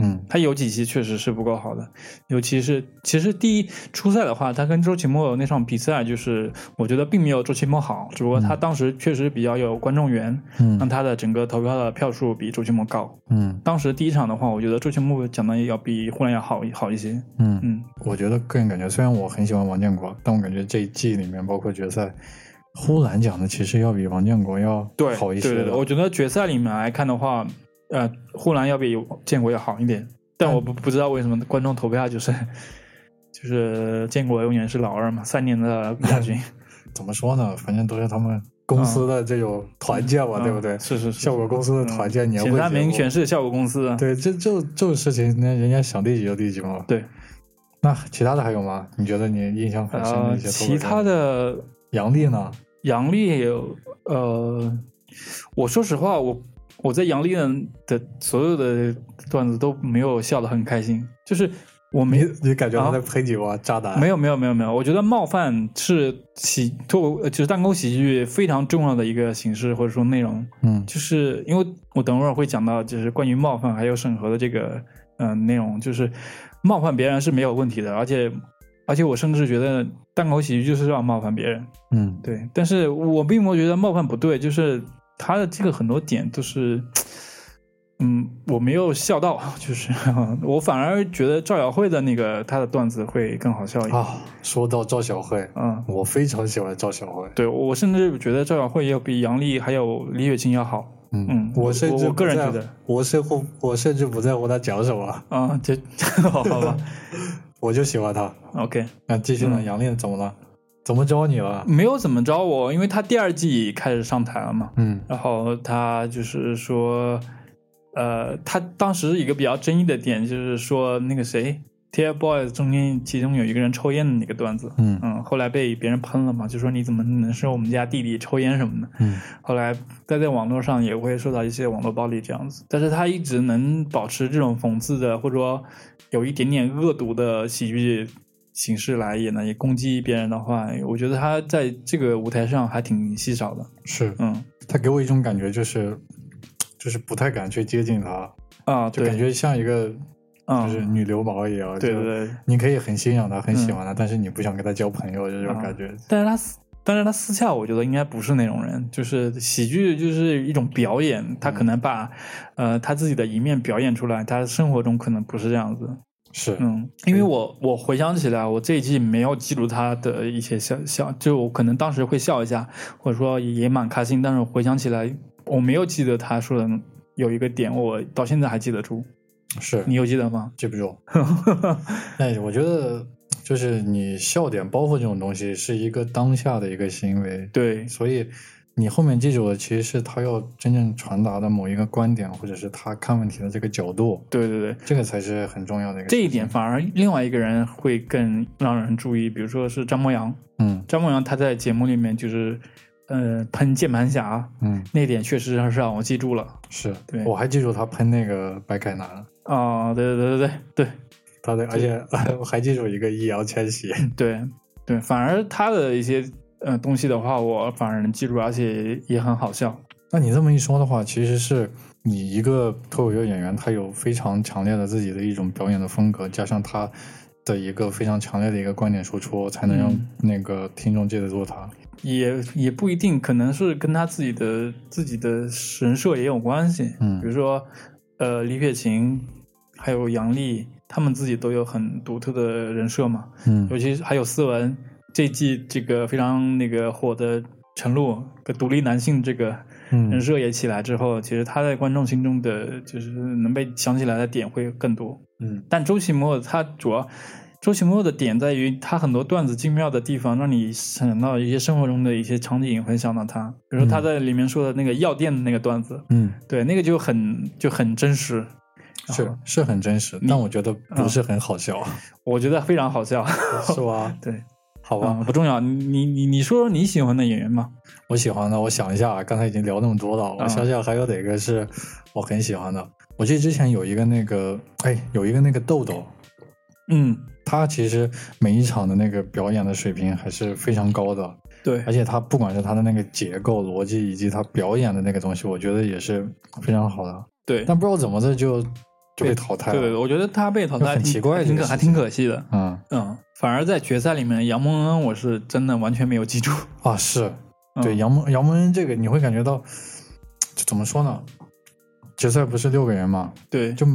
A: 嗯
B: 他有几期确实是不够好的，尤其是其实第一初赛的话，他跟周奇墨那场比赛，就是我觉得并没有周奇墨好，只不过他当时确实比较有观众缘，让
A: 嗯
B: 他的整个投票的票数比周奇墨高。
A: 嗯
B: 当时第一场的话，我觉得周奇墨讲的要比呼兰要好好一些。
A: 嗯，
B: 嗯
A: 我觉得个人感觉，虽然我很喜欢王建国，但我感觉这一季里面，包括决赛，呼兰讲的其实要比王建国要
B: 对，
A: 好一些
B: 对
A: 的。
B: 对对，我觉得决赛里面来看的话，呃，呼兰要比建国要好一点，
A: 嗯
B: 但我不不知道为什么观众投票就是就是建国永远是老二嘛，三年的亚 军。
A: 怎么说呢？反正都是他们公司的这种团建嘛，
B: 嗯
A: 对不对？
B: 是是是，
A: 效果公司的团建年会
B: 前三
A: 节目
B: 名全是效果公司的。
A: 对，这这这种事情，那人家想第几就第几嘛。
B: 对，
A: 那其他的还有吗？你觉得你印象很深的
B: 呃，
A: 一些脱口秀？
B: 其他的
A: 杨笠呢？
B: 杨笠也有，呃，我说实话，我我在杨笠的的所有的段子都没有笑得很开心，就是我没
A: 你你感觉他
B: 啊
A: 在喷你吗？渣男？
B: 没有没有没有没有，我觉得冒犯是喜脱口呃就是单口喜剧非常重要的一个形式或者说内容，
A: 嗯
B: 就是因为我等会儿会讲到，就是关于冒犯还有审核的这个嗯、呃内容，就是冒犯别人是没有问题的，而且而且我甚至觉得单口喜剧就是要冒犯别人，
A: 嗯，
B: 对。但是我并没有觉得冒犯不对，就是他的这个很多点都是，嗯，我没有笑到，就是我反而觉得赵晓慧的那个他的段子会更好笑一点。
A: 啊，说到赵小慧，
B: 嗯，
A: 我非常喜欢赵小慧，
B: 对我甚至觉得赵晓慧要比杨笠还有李雪琴要好。嗯
A: 我甚至
B: 我我个人
A: 不在
B: 觉得，
A: 我甚乎我甚至不在乎他讲什么，
B: 啊，这 好吧
A: 我就喜欢他。
B: ，OK，
A: 那继续
B: 嗯
A: 呢？杨笠怎么了？怎么教你了？
B: 没有怎么着我，因为他第二季开始上台了嘛，
A: 嗯
B: 然后他就是说，呃，他当时一个比较争议的点就是说那个谁，TFBOYS 中间其中有一个人抽烟的那个段子，
A: 嗯
B: 嗯，后来被别人喷了嘛，就说你怎么能说我们家弟弟抽烟什么的，
A: 嗯
B: 后来他在网络上也会受到一些网络暴力这样子，但是他一直能保持这种讽刺的，或者说有一点点恶毒的喜剧形式来演呢，也攻击别人的话，我觉得他在这个舞台上还挺稀少的。
A: 是
B: 嗯
A: 他给我一种感觉，就是就是不太敢去接近他，
B: 啊，
A: 就感
B: 对，
A: 觉像一个
B: 啊，
A: 就是女流氓一样。
B: 对
A: 就
B: 对嗯对，
A: 你可以很欣赏他，很喜欢他，但是你不想跟他交朋友，就这
B: 嗯
A: 种感觉。
B: 但是他私，但是他私下我觉得应该不是那种人，就是喜剧就是一种表演，他可能把、呃他自己的一面表演出来，他生活中可能不是这样子。
A: 是，
B: 嗯，因为我我回想起来，我这一季没有记录他的一些笑笑，就我可能当时会笑一下，或者说也蛮开心，但是我回想起来，我没有记得他说的有一个点，我到现在还记得住。
A: 是
B: 你有记得吗？
A: 记不住。那我觉得就是你笑点包袱这种东西是一个当下的一个行为，
B: 对，
A: 所以你后面记住的其实是他要真正传达的某一个观点，或者是他看问题的这个角度，
B: 对对对，
A: 这个才是很重要的一个。
B: 这一点，反而另外一个人会更让人注意，比如说是张博洋，
A: 嗯
B: 张博洋他在节目里面就是，呃，喷键盘侠
A: 嗯，
B: 那点确实是让我记住了
A: 是
B: 对
A: 我还记住他喷那个白凯南，
B: 啊、对对对对对对，
A: 他的，而且 我还记住一个易烊千玺。
B: 对对，反而他的一些呃东西的话，我反而能记住，而且也也很好笑。
A: 那你这么一说的话，其实是你一个脱口秀演员，他有非常强烈的自己的一种表演的风格，加上他的一个非常强烈的一个观点输出，才能让
B: 嗯
A: 那个听众记得住他。
B: 也也不一定，可能是跟他自己的自己的人设也有关系。
A: 嗯
B: 比如说，呃，李雪琴还有杨笠，他们自己都有很独特的人设嘛。
A: 嗯
B: 尤其是还有思文这一季这个非常那个火的陈露，个独立男性这个人
A: 嗯，
B: 设也起来之后，其实他在观众心中的就是能被想起来的点会更多。
A: 嗯，
B: 但周奇墨他主要，周奇墨的点在于他很多段子精妙的地方，让你想到一些生活中的一些场景，会想到他。比如说他在里面说的那个药店的那个段子，
A: 嗯，
B: 对，那个就很就很真实，
A: 是是很真实，但我觉得不是很好笑，
B: 我觉得非常好笑。
A: 是吧？
B: 对，
A: 好吧，
B: 啊，不重要，你你你你说说你喜欢的演员吧。
A: 我喜欢的，我想一下，刚才已经聊那么多了，我
B: 嗯
A: 想想还有哪个是我很喜欢的。我记得之前有一个那个，哎，有一个那个豆豆，
B: 嗯，
A: 他其实每一场的那个表演的水平还是非常高的，
B: 对
A: 而且他不管是他的那个结构逻辑，以及他表演的那个东西，我觉得也是非常好的。
B: 对。
A: 但不知道怎么的就就被淘汰
B: 对对，
A: 了。
B: 我觉得他被淘汰
A: 就很
B: 挺
A: 奇怪
B: 挺
A: 这
B: 可
A: 个
B: 还
A: 事情
B: 挺可惜的。
A: 嗯
B: 嗯，反而在决赛里面，杨蒙恩我是真的完全没有记住。
A: 啊，是
B: 嗯
A: 对杨蒙杨蒙恩这个，你会感觉到这怎么说呢？决赛不是六个人嘛，
B: 对，
A: 就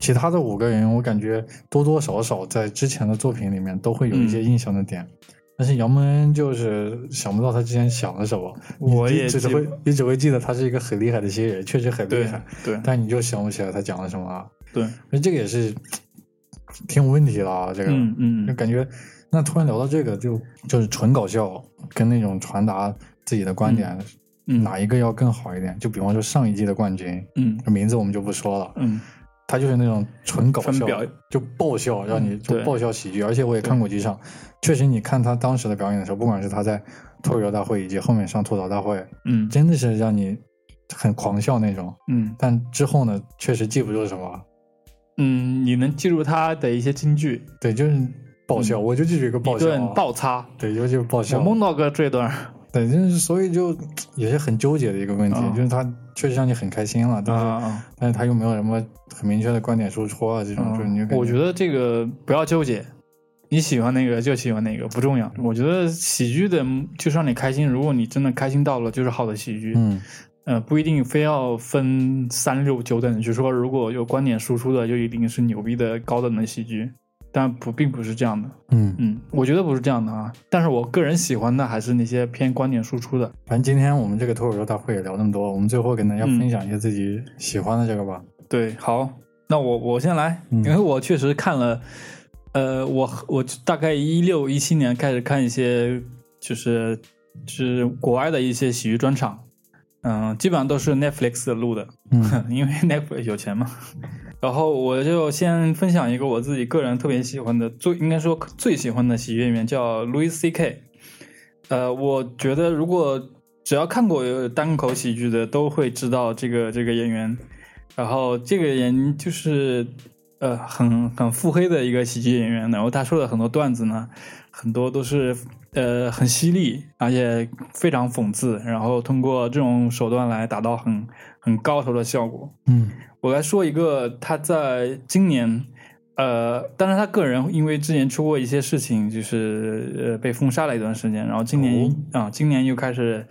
A: 其他的五个人，我感觉多多少少在之前的作品里面都会有一些
B: 嗯
A: 印象的点。但是杨蒙恩就是想不到他之前想了什么，你
B: 我
A: 你
B: 也
A: 只
B: 记
A: 会你只会记得他是一个很厉害的新人，确实很厉
B: 对
A: 害，
B: 对
A: 但你就想不起来他讲了什么了。
B: 对，
A: 那这个也是挺有问题的啊，这个、
B: 嗯
A: 就
B: 嗯，
A: 感觉那突然聊到这个就就是纯搞笑跟那种传达自己的观点、
B: 嗯
A: 哪一个要更好一点？就比方说上一季的冠军，
B: 嗯
A: 名字我们就不说了，
B: 嗯
A: 他就是那种纯搞
B: 纯
A: 笑
B: 表，嗯
A: 就爆笑，让你就
B: 对
A: 爆笑喜剧。而且我也看过几场，确实你看他当时的表演的时候，不管是他在脱口秀大会以及后面上吐槽大会，
B: 嗯
A: 真的是让你很狂笑那种。
B: 嗯
A: 但之后呢，确实记不住什么，
B: 嗯，你能记住他的一些金句，
A: 对，就是爆笑，我就记住一个爆
B: 嗯一
A: 笑
B: 顿
A: 啊，
B: 倒插。
A: 对，就就爆
B: 我
A: 笑，啊
B: 梦到过这段，
A: 对，就是所以就也是很纠结的一个问题，
B: 啊
A: 就是他确实让你很开心了，但是、
B: 啊，
A: 但是他又没有什么很明确的观点输出啊，这种、就是你就
B: 嗯我觉
A: 得
B: 得这个不要纠结，你喜欢哪个就喜欢哪个，不重要。我觉得喜剧的就是让你开心，如果你真的开心到了，就是好的喜剧。
A: 嗯
B: 呃，不一定非要分三六九等，就说如果有观点输出的，就一定是牛逼的高等的喜剧，但不并不是这样的。
A: 嗯，
B: 嗯，我觉得不是这样的啊。但是我个人喜欢的还是那些偏观点输出的。
A: 反正今天我们这个脱口秀大会也聊那么多，我们最后给大家
B: 嗯
A: 分享一下自己喜欢的这个吧。
B: 对，好，那我我先来，
A: 嗯
B: 因为我确实看了，呃，我我大概一六一七年开始看一些，就是就是国外的一些喜剧专场，嗯、基本上都是 Netflix 录的，
A: 嗯
B: 因为 Netflix 有钱嘛。然后我就先分享一个我自己个人特别喜欢的，最应该说最喜欢的喜剧演员叫 Louis C.K。呃，我觉得如果只要看过单口喜剧的，都会知道这个这个演员。然后这个人就是呃很很腹黑的一个喜剧演员，然后他说的很多段子呢，很多都是呃很犀利，而且非常讽刺，然后通过这种手段来达到很很高超的效果。
A: 嗯
B: 我来说一个，他在今年，呃，当然他个人因为之前出过一些事情，就是呃被封杀了一段时间，然后今年
A: 哦
B: 啊、今年又开始，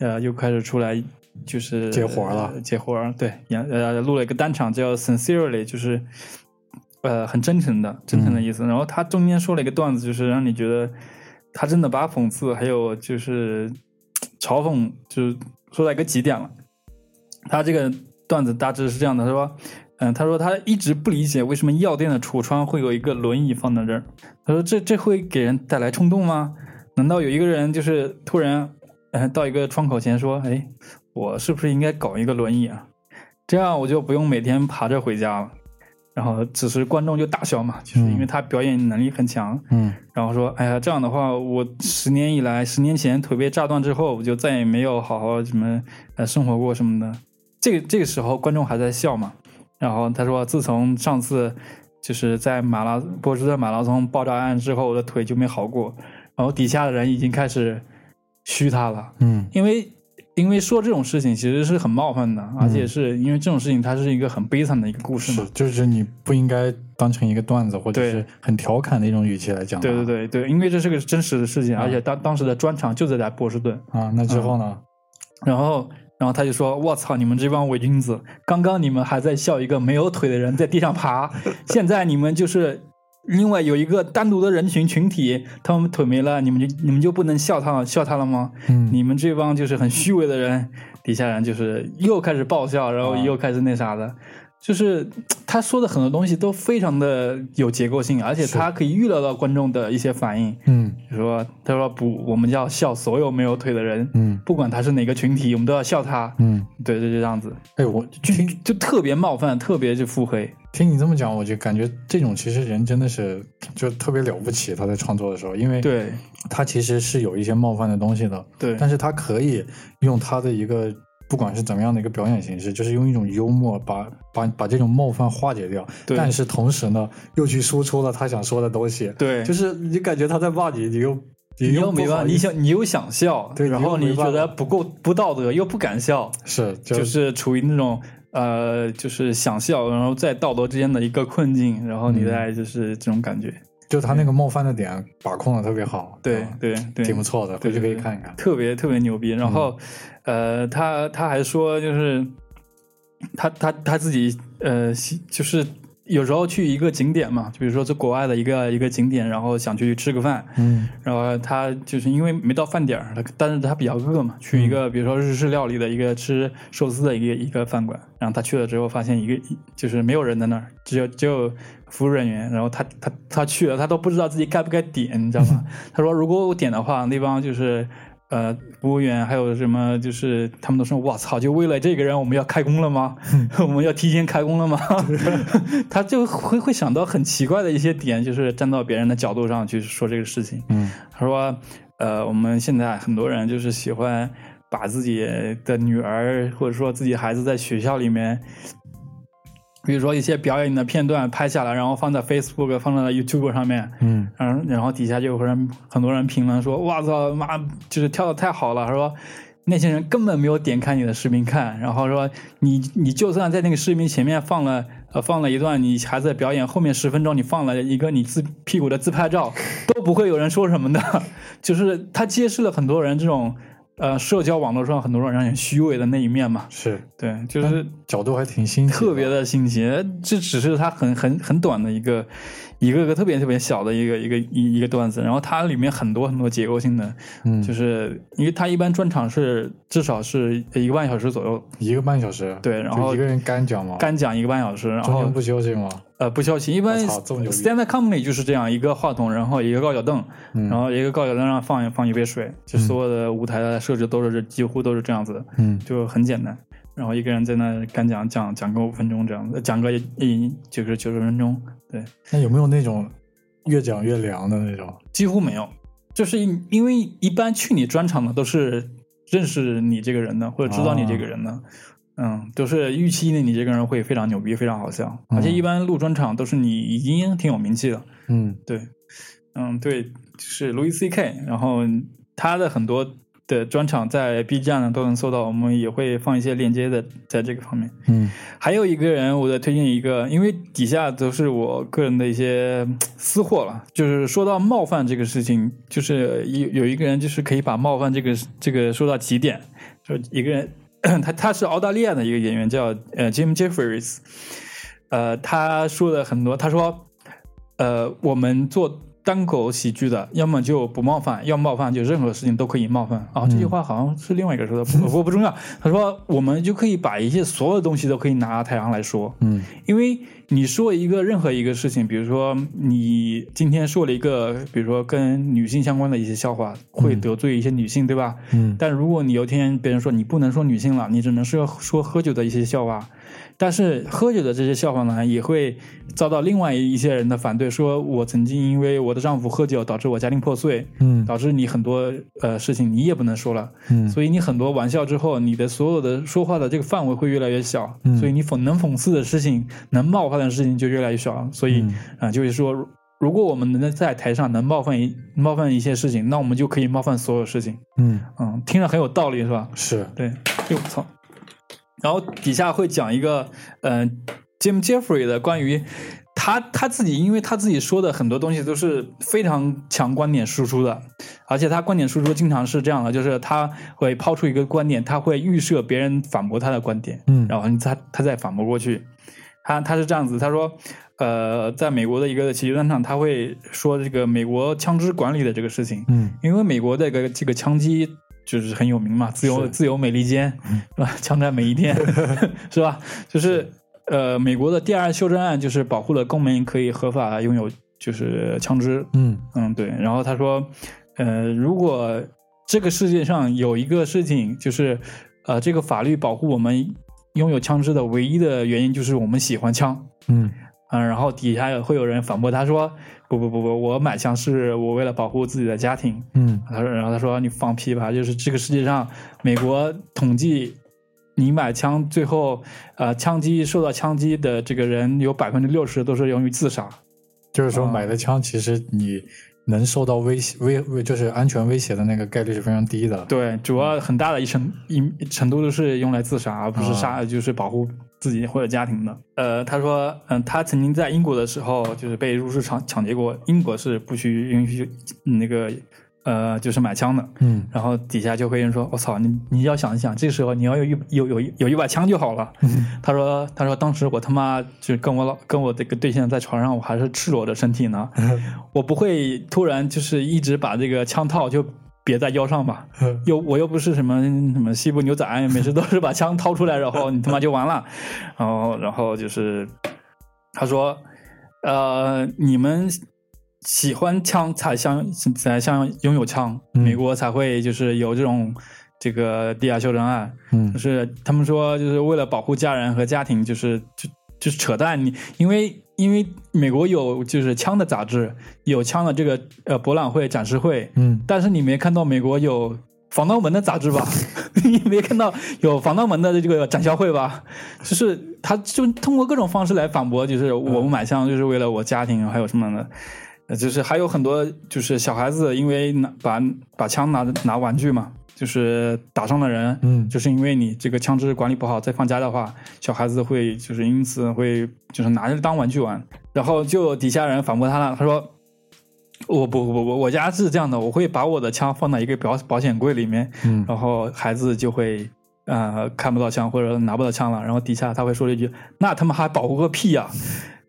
B: 呃，又开始出来就是
A: 接活儿了
B: 接活儿对，演呃录了一个单场叫 Sincerely，就是呃很真诚的真诚的意思。然后他中间说了一个段子，就是让你觉得他真的把讽刺还有就是嘲讽，就是说到一个极点了。他这个段子大致是这样的，他说，嗯，他说他一直不理解为什么药店的橱窗会有一个轮椅放在这儿。他说这这会给人带来冲动吗？难道有一个人就是突然，呃，到一个窗口前说，哎，我是不是应该搞一个轮椅啊？这样我就不用每天爬着回家了。然后此时观众就大笑嘛，就是因为他表演能力很强，
A: 嗯
B: 然后说：“哎呀，这样的话，我十年以来，十年前腿被炸断之后，我就再也没有好好什么呃生活过什么的。”这个这个时候，观众还在笑嘛。然后他说：“自从上次就是在马拉波士顿马拉松爆炸案之后，我的腿就没好过。”然后底下的人已经开始嘘他了，
A: 嗯
B: 因为因为说这种事情其实是很冒犯的，而且是因为这种事情它是一个很悲惨的一个故事嘛
A: 是，。就是你不应该当成一个段子或者
B: 对
A: 是很调侃的一种语气来讲。
B: 对对。对对，因为这是个真实的事情，
A: 啊
B: 而且当当时的专场就在在波士顿。
A: 啊，那之后呢？
B: 然后，然后他就说：“我操，你们这帮伪君子！刚刚你们还在笑一个没有腿的人在地上 爬，现在你们就是另外有一个单独的人群群体，他们腿没了，你们就你们就不能笑他笑他了吗？
A: 嗯，
B: 你们这帮就是很虚伪的人。”底下人就是又开始爆笑，然后
A: 啊
B: 又开始那啥的。就是嘖他说的很多东西都非常的有结构性，而且他可以预料到观众的一些反应。
A: 嗯
B: 比如说，他说不，我们要笑所有没有腿的人。
A: 嗯
B: 不管他是哪个群体，我们都要笑他。
A: 嗯，
B: 对对，就这样子，
A: 哎，我
B: 就
A: 听
B: 就特别冒犯，特别就腹黑。
A: 听你这么讲，我就感觉这种其实人真的是就特别了不起，他在创作的时候，因为
B: 对
A: 他其实是有一些冒犯的东西的，
B: 对，
A: 但是他可以用他的一个不管是怎么样的一个表演形式，就是用一种幽默把把把这种冒犯化解掉，
B: 对
A: 但是同时呢又去输出了他想说的东西，
B: 对，
A: 就是你感觉他在骂你，你又
B: 你
A: 又
B: 又没
A: 不好
B: 办法，你
A: 意思
B: 想你又想笑，
A: 对
B: 然后
A: 你又没
B: 你
A: 办
B: 觉
A: 法
B: 得不够不道德，又不敢笑，
A: 是
B: 就
A: 就是
B: 是处于那种呃，就是想笑，然后在道德之间的一个困境，然
A: 嗯
B: 后你在就是这种感觉。
A: 就他那个冒犯的点把控的特别好，
B: 对
A: 嗯
B: 对对，
A: 挺不错的，
B: 对
A: 回去可以
B: 对
A: 看一看。
B: 特别特别牛逼。然后，呃，他他还说，就是他他他自己呃，喜就是有时候去一个景点嘛，就比如说这国外的一个一个景点，然后想去吃个饭，
A: 嗯
B: 然后他就是因为没到饭点儿，他但是他比较饿嘛，去一个比如说日式料理的一个吃寿司的一个一个饭馆，然后他去了之后发现一个就是没有人在那儿，只有只有服务人员，然后他他他去了，他都不知道自己该不该点，你知道吗？他说如果我点的话，那帮就是。呃，服务员还有什么？就是他们都说：“我操！就为了这个人，我们要开工了吗？我们要提前开工了吗？” 他就会会想到很奇怪的一些点，就是站到别人的角度上去说这个事情。
A: 嗯
B: 他说，呃，我们现在很多人就是喜欢把自己的女儿或者说自己孩子在学校里面，比如说一些表演的片段拍下来，然后放在 Facebook、放在 YouTube 上面，
A: 嗯
B: 嗯，然后底下就有人很多人评论说：“哇操，妈，就是跳的太好了。”他说那些人根本没有点开你的视频看，然后说你你就算在那个视频前面放了呃放了一段你孩子的表演，后面十分钟你放了一个你自屁股的自拍照，都不会有人说什么的。就是它揭示了很多人这种呃社交网络上很多人让人虚伪的那一面嘛。
A: 是，
B: 对，就是
A: 角度还挺新奇，
B: 特别的新奇。呃这只是它很很很短的一个一个个特别特别小的一个一个一一个段子，然后它里面很多很多结构性的，
A: 嗯，
B: 就是因为它一般专场是至少是一个半小时左右，
A: 一个半小时，
B: 对然后
A: 就一个人干讲嘛，
B: 干讲一个半小时，然
A: 中
B: 后
A: 间不休息嘛，
B: 呃不消息，一般
A: 我操这么牛逼
B: stand up comedy 就是这样一个话筒，然后一个高脚凳，
A: 嗯
B: 然后一个高脚凳上放一放一杯水，就
A: 嗯
B: 所有的舞台的设置都是这几乎都是这样子的，
A: 嗯
B: 就很简单。然后一个人在那干讲讲讲个五分钟这样子，讲个一一就是九十分钟，对，
A: 那有没有那种越讲越凉的那种？
B: 几乎没有，就是因因为一般去你专场的都是认识你这个人的，或者知道你这个人的，嗯，都是预期的你这个人会非常牛逼，非常好笑，
A: 嗯
B: 而且一般录专场都是你已经挺有名气的，
A: 嗯
B: 对，嗯，对，就是 Louis C K，然后他的很多的专场在 B 站呢都能搜到，我们也会放一些链接的，在这个方面。
A: 嗯
B: 还有一个人，我再推荐一个，因为底下都是我个人的一些嗯私货了。就是说到冒犯这个事情，就是有有一个人就是可以把冒犯这个这个说到极点，说一个人， 他他是澳大利亚的一个演员，叫呃 Jim Jeffries，呃，他说了很多，他说，呃，我们做。单口喜剧的，要么就不冒犯，要冒犯就任何事情都可以冒犯啊！这句话好像是另外一个人说的，不过不重要。他说，我们就可以把一些所有东西都可以拿太阳来说，
A: 嗯
B: 因为你说一个任何一个事情，比如说你今天说了一个，比如说跟女性相关的一些笑话，会得罪一些女性，对吧？
A: 嗯
B: 但如果你有一天别人说你不能说女性了，你只能说说喝酒的一些笑话，但是喝酒的这些笑话呢，也会遭到另外一些人的反对，说我曾经因为我的丈夫喝酒导致我家庭破碎，
A: 嗯
B: 导致你很多呃事情你也不能说了。
A: 嗯，
B: 所以你很多玩笑之后，你的所有的说话的这个范围会越来越小，
A: 嗯
B: 所以你讽能讽刺的事情、能冒犯的事情就越来越少。所以啊
A: 嗯、
B: 呃就是说，如如果我们能在台上能冒犯一冒犯一些事情，那我们就可以冒犯所有事情。
A: 嗯
B: 嗯，听着很有道理，是吧？
A: 是
B: 对，哟操！然后底下会讲一个，嗯、j i m Jeffrey 的关于他他自己，因为他自己说的很多东西都是非常强观点输出的，而且他观点输出经常是这样的，就是他会抛出一个观点，他会预设别人反驳他的观点，
A: 嗯
B: 然后他他再反驳过去。他他是这样子，他说，呃，在美国的一个喜剧专场，他会说这个美国枪支管理的这个事情，
A: 嗯
B: 因为美国的这个这个枪击就是很有名嘛，自由
A: 是
B: 自由美利坚 是吧？枪战每一天是吧？就是呃，美国的第二修正案就是保护了公民可以合法拥有就是枪支，
A: 嗯
B: 嗯对。然后他说，呃，如果这个世界上有一个事情就是呃，这个法律保护我们拥有枪支的唯一的原因就是我们喜欢枪，
A: 嗯
B: 嗯，然后底下也会有人反驳他说：“不不不不，我买枪是我为了保护自己的家庭。
A: 嗯”
B: 他说，然后他说：“你放屁吧！就是这个世界上，美国统计，你买枪最后，呃，枪击受到枪击的这个人有百分之六十都是由于自杀。
A: 就是说
B: 啊
A: 买的枪，其实你能受到威胁、威威就是安全威胁的那个概率是非常低的。
B: 对，主要很大的一程一程度都是用来自杀，而不是杀，就是保护自己或者家庭的。呃，他说，嗯、他曾经在英国的时候，就是被入室抢抢劫过。英国是不许允许嗯那个呃，就是买枪的。
A: 嗯
B: 然后底下就会有人说：“我、操，你你要想一想，这时候你要有一有有一有一把枪就好了。他说：“他说当时我他妈就跟我老跟我这个对象在床上，我还是赤裸着身体呢，我不会突然就是一直把这个枪套就别在腰上吧。又我又不是什么什么西部牛仔，每次都是把枪掏出来，然后你他妈就完了。然后然后就是他说，呃，你们喜欢枪才像才像拥有枪，
A: 嗯
B: 美国才会就是有这种这个地下修正案，
A: 嗯
B: 就是他们说就是为了保护家人和家庭，就是就就是扯淡，你因为。因为美国有就是枪的杂志，有枪的这个呃博览会展示会，
A: 嗯
B: 但是你没看到美国有防盗门的杂志吧？ 你没看到有防盗门的这个展销会吧？就是他就通过各种方式来反驳，就是我们买枪就是为了我家庭还有什么的。呃就是还有很多就是小孩子因为拿把把枪拿拿玩具嘛，就是打伤了人，
A: 嗯
B: 就是因为你这个枪支管理不好，再放家的话，小孩子会就是因此会就是拿着当玩具玩，然后就有底下人反驳他了，他说。我不不不，我家是这样的，我会把我的枪放到一个保保险柜里面，
A: 嗯
B: 然后孩子就会呃看不到枪或者拿不到枪了，然后底下他会说了一句：“那他妈还保护个屁呀、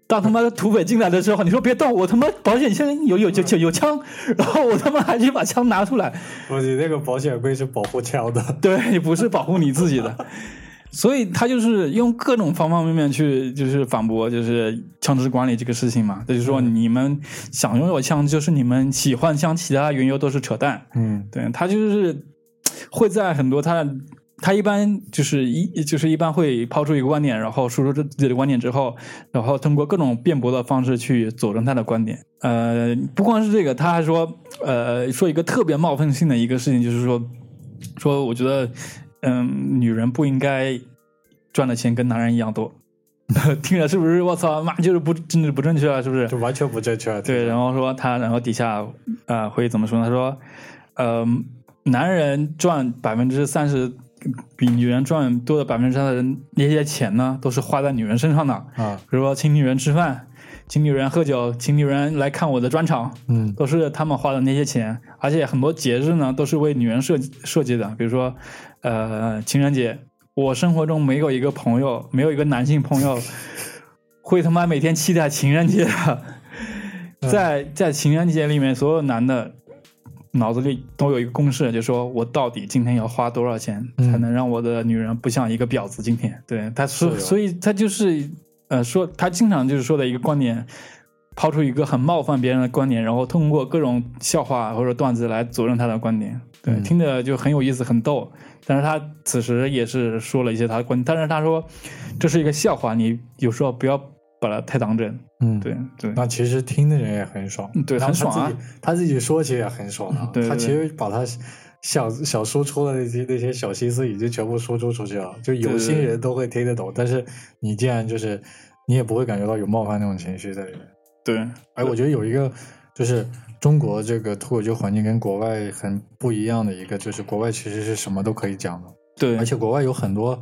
B: 当他妈的土匪进来的时候，你说别动，我他妈保险箱有有有有有枪，然后我他妈还去把枪拿出来，
A: 我你那个保险柜是保护枪的，
B: 对，不是保护你自己的。所以他就是用各种方方面面去就是反驳，就是枪支管理这个事情嘛。他就是说你们想拥有枪，就是你们喜欢枪，其他缘由都是扯淡。
A: 嗯
B: 对他就是会在很多他的他一般就是一就是一般会抛出一个观点，然后输出自己的观点之后，然后通过各种辩驳的方式去佐证他的观点。呃，不光是这个，他还说呃说一个特别冒犯性的一个事情，就是说说我觉得嗯、女人不应该赚的钱跟男人一样多。 听着是不是我操妈就是不政治不正确啊？是不是？
A: 就完全不正确。
B: 对，然后说他，然后底下呃会怎么说呢？他说，呃，男人赚百分之三十比女人赚多的百分之三的那些钱呢，都是花在女人身上的，
A: 啊，
B: 比如说请女人吃饭，请女人喝酒，请女人来看我的专场，
A: 嗯
B: 都是他们花的那些钱，而且很多节日呢都是为女人设计设计的，比如说，呃，情人节。我生活中没有一个朋友，没有一个男性朋 友会他妈每天期待情人节的。
A: 嗯
B: 在在情人节里面，所有男的脑子里都有一个公式，就说我到底今天要花多少钱
A: 嗯
B: 才能让我的女人不像一个婊子？今天，对他说，
A: 是的
B: 所以他就是呃说他经常就是说的一个观点，抛出一个很冒犯别人的观点，然后通过各种笑话或者段子来佐证他的观点。对，
A: 嗯
B: 听着就很有意思，很逗。但是他此时也是说了一些他的观，但是他说这是一个笑话，你有时候不要把它太当真。
A: 嗯，
B: 对对
A: 那其实听的人也很爽，
B: 嗯对
A: 然后
B: 很爽
A: 他
B: 啊嗯
A: 自己他自己说起也很爽啊。
B: 对对
A: 他
B: 对
A: 其实把他想想输出的那些那些小心思已经全部输出出去了，就有
B: 对
A: 心人都会听得懂，但是你既然就是你也不会感觉到有冒犯那种情绪在里面。
B: 对，
A: 哎，我觉得有一个就是中国这个脱口秀环境跟国外很不一样的一个，就是国外其实是什么都可以讲的，
B: 对
A: 而且国外有很多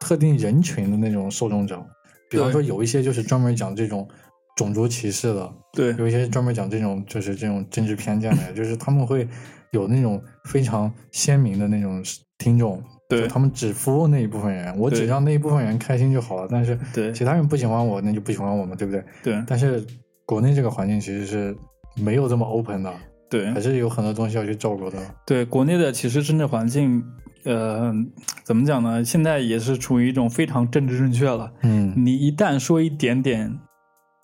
A: 特定人群的那种受众者，比方
B: 对
A: 说有一些就是专门讲这种种族歧视的，
B: 对
A: 有一些专门讲这种就是这种政治偏见的，就是他们会有那种非常鲜明的那种听众，
B: 对
A: 就他们只服务那一部分人，我只
B: 对
A: 让那一部分人开心就好了。但是
B: 对
A: 其他人不喜欢我，那就不喜欢我嘛，对不对？
B: 对
A: 但是国内这个环境其实是没有这么 open 的，
B: 对
A: 还是有很多东西要去照顾的。
B: 对，国内的其实政治环境，呃，怎么讲呢？现在也是处于一种非常政治正确了。
A: 嗯
B: 你一旦说一点点，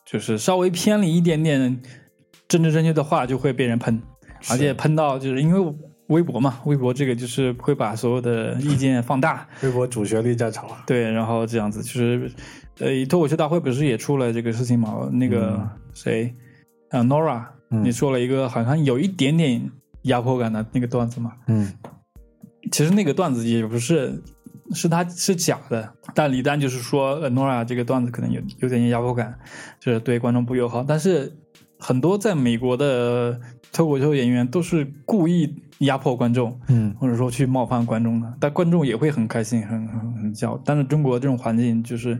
B: 就是稍微偏离一点点政治正确的话，就会被人喷，
A: 是
B: 而且喷到就是因为微博嘛，微博这个就是会把所有的意见放大，
A: 微博主旋律战啊场，
B: 对，然后这样子就是，呃，脱口秀大会不是也出了这个事情嘛？那个
A: 嗯
B: 谁，啊、n o r a
A: 嗯
B: 你说了一个好像有一点点压迫感的那个段子嘛？
A: 嗯
B: 其实那个段子也不是，是他是假的，但李诞就是说呃 Nora 这个段子可能有有点压迫感，就是对观众不友好。但是很多在美国的脱口秀演员都是故意压迫观众，
A: 嗯，
B: 或者说去冒犯观众的，但观众也会很开心，很很很笑。但是中国这种环境，就是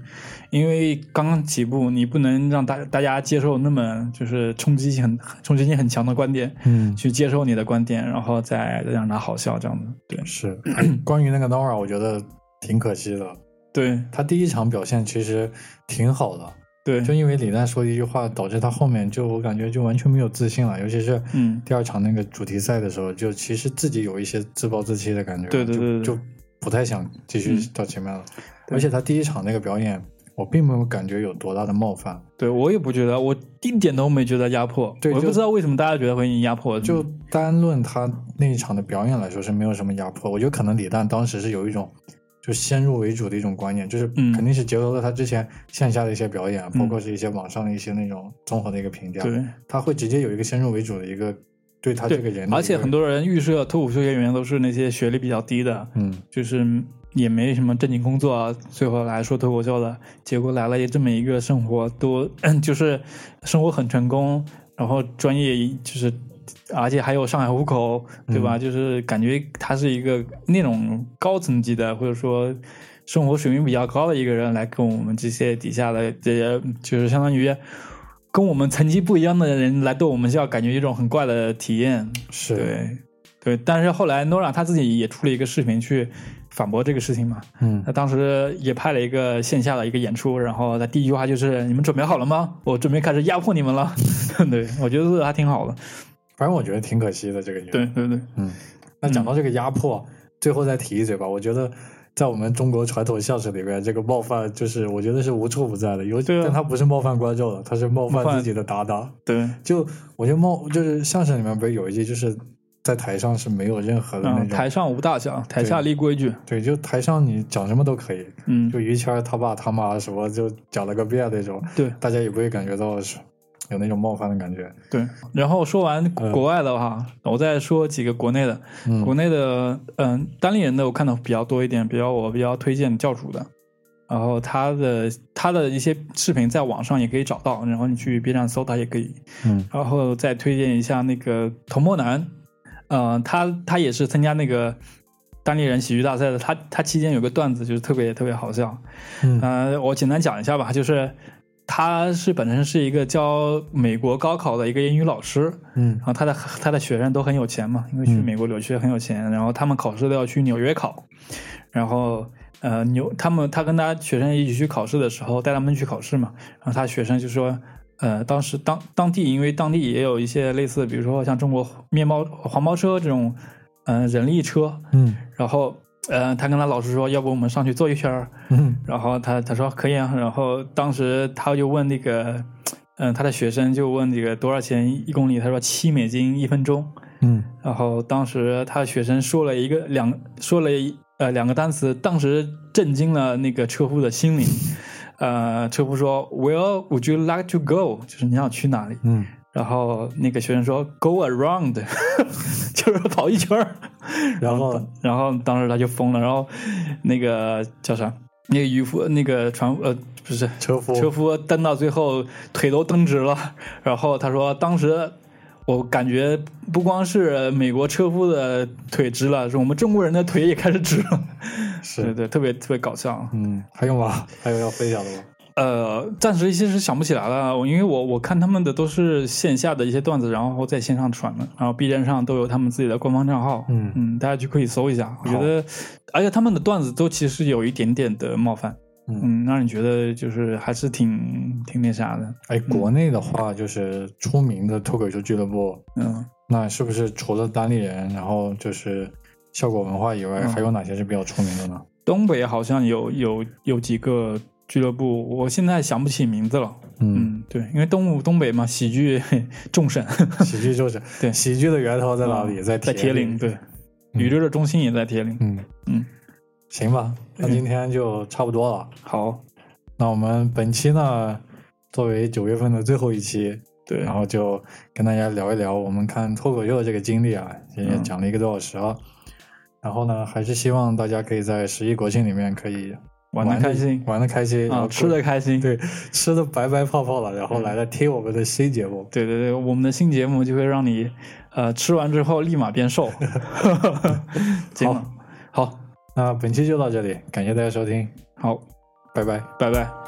B: 因为刚刚起步，你不能让大大家接受那么就是冲击性很冲击性很强的观点，
A: 嗯
B: 去接受你的观点，然后再让它好笑这样子。对
A: 是。关于那个 Nora，我觉得挺可惜的。
B: 对
A: 他第一场表现其实挺好的，
B: 对，
A: 就因为李诞说的一句话，导致他后面就我感觉就完全没有自信了，尤其是
B: 嗯
A: 第二场那个主题赛的时候，就其实自己有一些自暴自弃的感觉，
B: 对对对对
A: 就就不太想继续
B: 嗯
A: 到前面了。
B: 对
A: 而且他第一场那个表演，我并没有感觉有多大的冒犯，
B: 对我也不觉得，我一点都没觉得压迫，
A: 对
B: 我也
A: 就
B: 不知道为什么大家觉得会压迫，
A: 就单论他那一场的表演来说是没有什么压迫。我觉得可能李诞当时是有一种就先入为主的一种观念，就是
B: 嗯
A: 肯定是结合了他之前线下的一些表演，
B: 嗯
A: 包括是一些网上的一些那种综合的一个评价，
B: 对
A: 他会直接有一个先入为主的一个对他这个人的一个，
B: 而且很多人预设脱口秀演员都是那些学历比较低的，
A: 嗯
B: 就是也没什么正经工作啊，最后来说脱 口秀的，结果来了这么一个生活都就是生活很成功，然后专业就是，而且还有上海户口，对吧？就是感觉他是一个那种高层级的，或者说生活水平比较高的一个人来跟我们这些底下的这些，就是相当于跟我们层级不一样的人来对我们校，感觉一种很怪的体验。
A: 是，
B: 对对，但是后来 Nora 她自己也出了一个视频去反驳这个事情嘛。
A: 嗯
B: 她当时也拍了一个线下的一个演出，然后她第一句话就是：“你们准备好了吗？我准备开始压迫你们了。” 对，我觉得还挺好的。
A: 反正我觉得挺可惜的这个也。
B: 对对对，
A: 嗯，那讲到这个压迫，最后再提一嘴吧。我觉得在我们中国传统相声里面，这个冒犯就是我觉得是无处不在的，尤其、
B: 对啊
A: 但他不是冒犯观众的，他是冒
B: 冒
A: 犯
B: 犯
A: 自己的搭档。
B: 对
A: 就我觉得冒就是相声里面不是有一句就是在台上是没有任何的那种、
B: 嗯，台上无大小，台下立规矩。
A: 对，就台上你讲什么都可以，
B: 嗯
A: 就，于谦儿他爸他妈什么就讲了个遍那种，
B: 对
A: 大家也不会感觉到是有那种冒犯的感觉。
B: 对。然后说完国外的话，我再说几个国内的。
A: 嗯
B: 国内的嗯单立人的我看的比较多一点，比较我比较推荐教主的，然后他的他的一些视频在网上也可以找到，然后你去 B 站搜他也可以，
A: 嗯
B: 然后再推荐一下那个童墨男，嗯，他他也是参加那个单立人喜剧大赛的，他他期间有个段子就是特别特别好笑，
A: 嗯
B: 呃，我简单讲一下吧，就是他是本身是一个教美国高考的一个英语老师，
A: 嗯
B: 然后他的他的学生都很有钱嘛，因为去
A: 嗯
B: 美国留学很有钱，然后他们考试都要去纽约考，然后呃纽他们他跟他学生一起去考试的时候，带他们去考试嘛，然后他学生就说。呃，当时当当地，因为当地也有一些类似，比如说像中国面包黄包车这种，嗯、人力车。
A: 嗯
B: 然后，呃，他跟他老师说，要不我们上去坐一圈儿，
A: 嗯
B: 然后他他说可以啊，然后当时他就问那个，嗯，他的学生就问这个多少钱一公里，他说七美金一分钟。
A: 嗯
B: 然后当时他的学生说了一个两说了一呃两个单词，当时震惊了那个车夫的心灵。呃，车夫说，Where would you like to go？就是你想去哪里？
A: 嗯
B: 然后那个学生说，Go around，就是跑一圈儿。
A: 然后
B: 然后当时他就疯了，然后那个叫啥？那个渔夫，那个船呃，不是
A: 车夫
B: 车夫蹬到最后腿都蹬直了，然后他说当时。我感觉不光是美国车夫的腿直了，是我们中国人的腿也开始直了。对
A: 是
B: 对，特别特别搞笑。啊
A: 嗯，还有吗？还有要分享的吗？
B: 呃，暂时一些是想不起来了，我因为我我看他们的都是线下的一些段子，然后在线上传的，然后 B 站上都有他们自己的官方账号，
A: 嗯
B: 嗯，大家去可以搜一下。我觉得，而且他们的段子都其实有一点点的冒犯，
A: 嗯
B: 嗯，让你觉得就是还是挺挺那啥的，
A: 哎，国内的话就是出名的脱口秀俱乐部，
B: 嗯，
A: 那是不是除了单立人，然后就是效果文化以外，
B: 嗯
A: 还有哪些是比较出名的呢？
B: 东北好像有有有几个俱乐部，我现在想不起名字了，嗯，对，因为东东北嘛，喜剧 重审，
A: 嗯喜剧就是
B: 对
A: 喜剧的源头在哪里？
B: 在
A: 嗯在
B: 铁
A: 岭。
B: 岭，对，宇宙的中心也在铁岭，
A: 嗯
B: 嗯，
A: 行吧，那
B: 嗯
A: 今天就差不多了。
B: 好。
A: 那我们本期呢，作为九月份的最后一期，
B: 对，
A: 然后就跟大家聊一聊我们看脱口秀的这个经历啊，也
B: 嗯
A: 讲了一个多小时了。然后呢，还是希望大家可以在十一国庆里面可以
B: 玩的开心
A: 玩的开心，然
B: 啊
A: 后，
B: 吃的开心。嗯
A: 对，吃的白白胖胖的，然后来了听我们的新节目。
B: 对对对，我们的新节目就会让你，呃，吃完之后立马变 瘦。真的，好，
A: 那本期就到这里，感谢大家收听，
B: 好，
A: 拜拜。
B: 拜拜。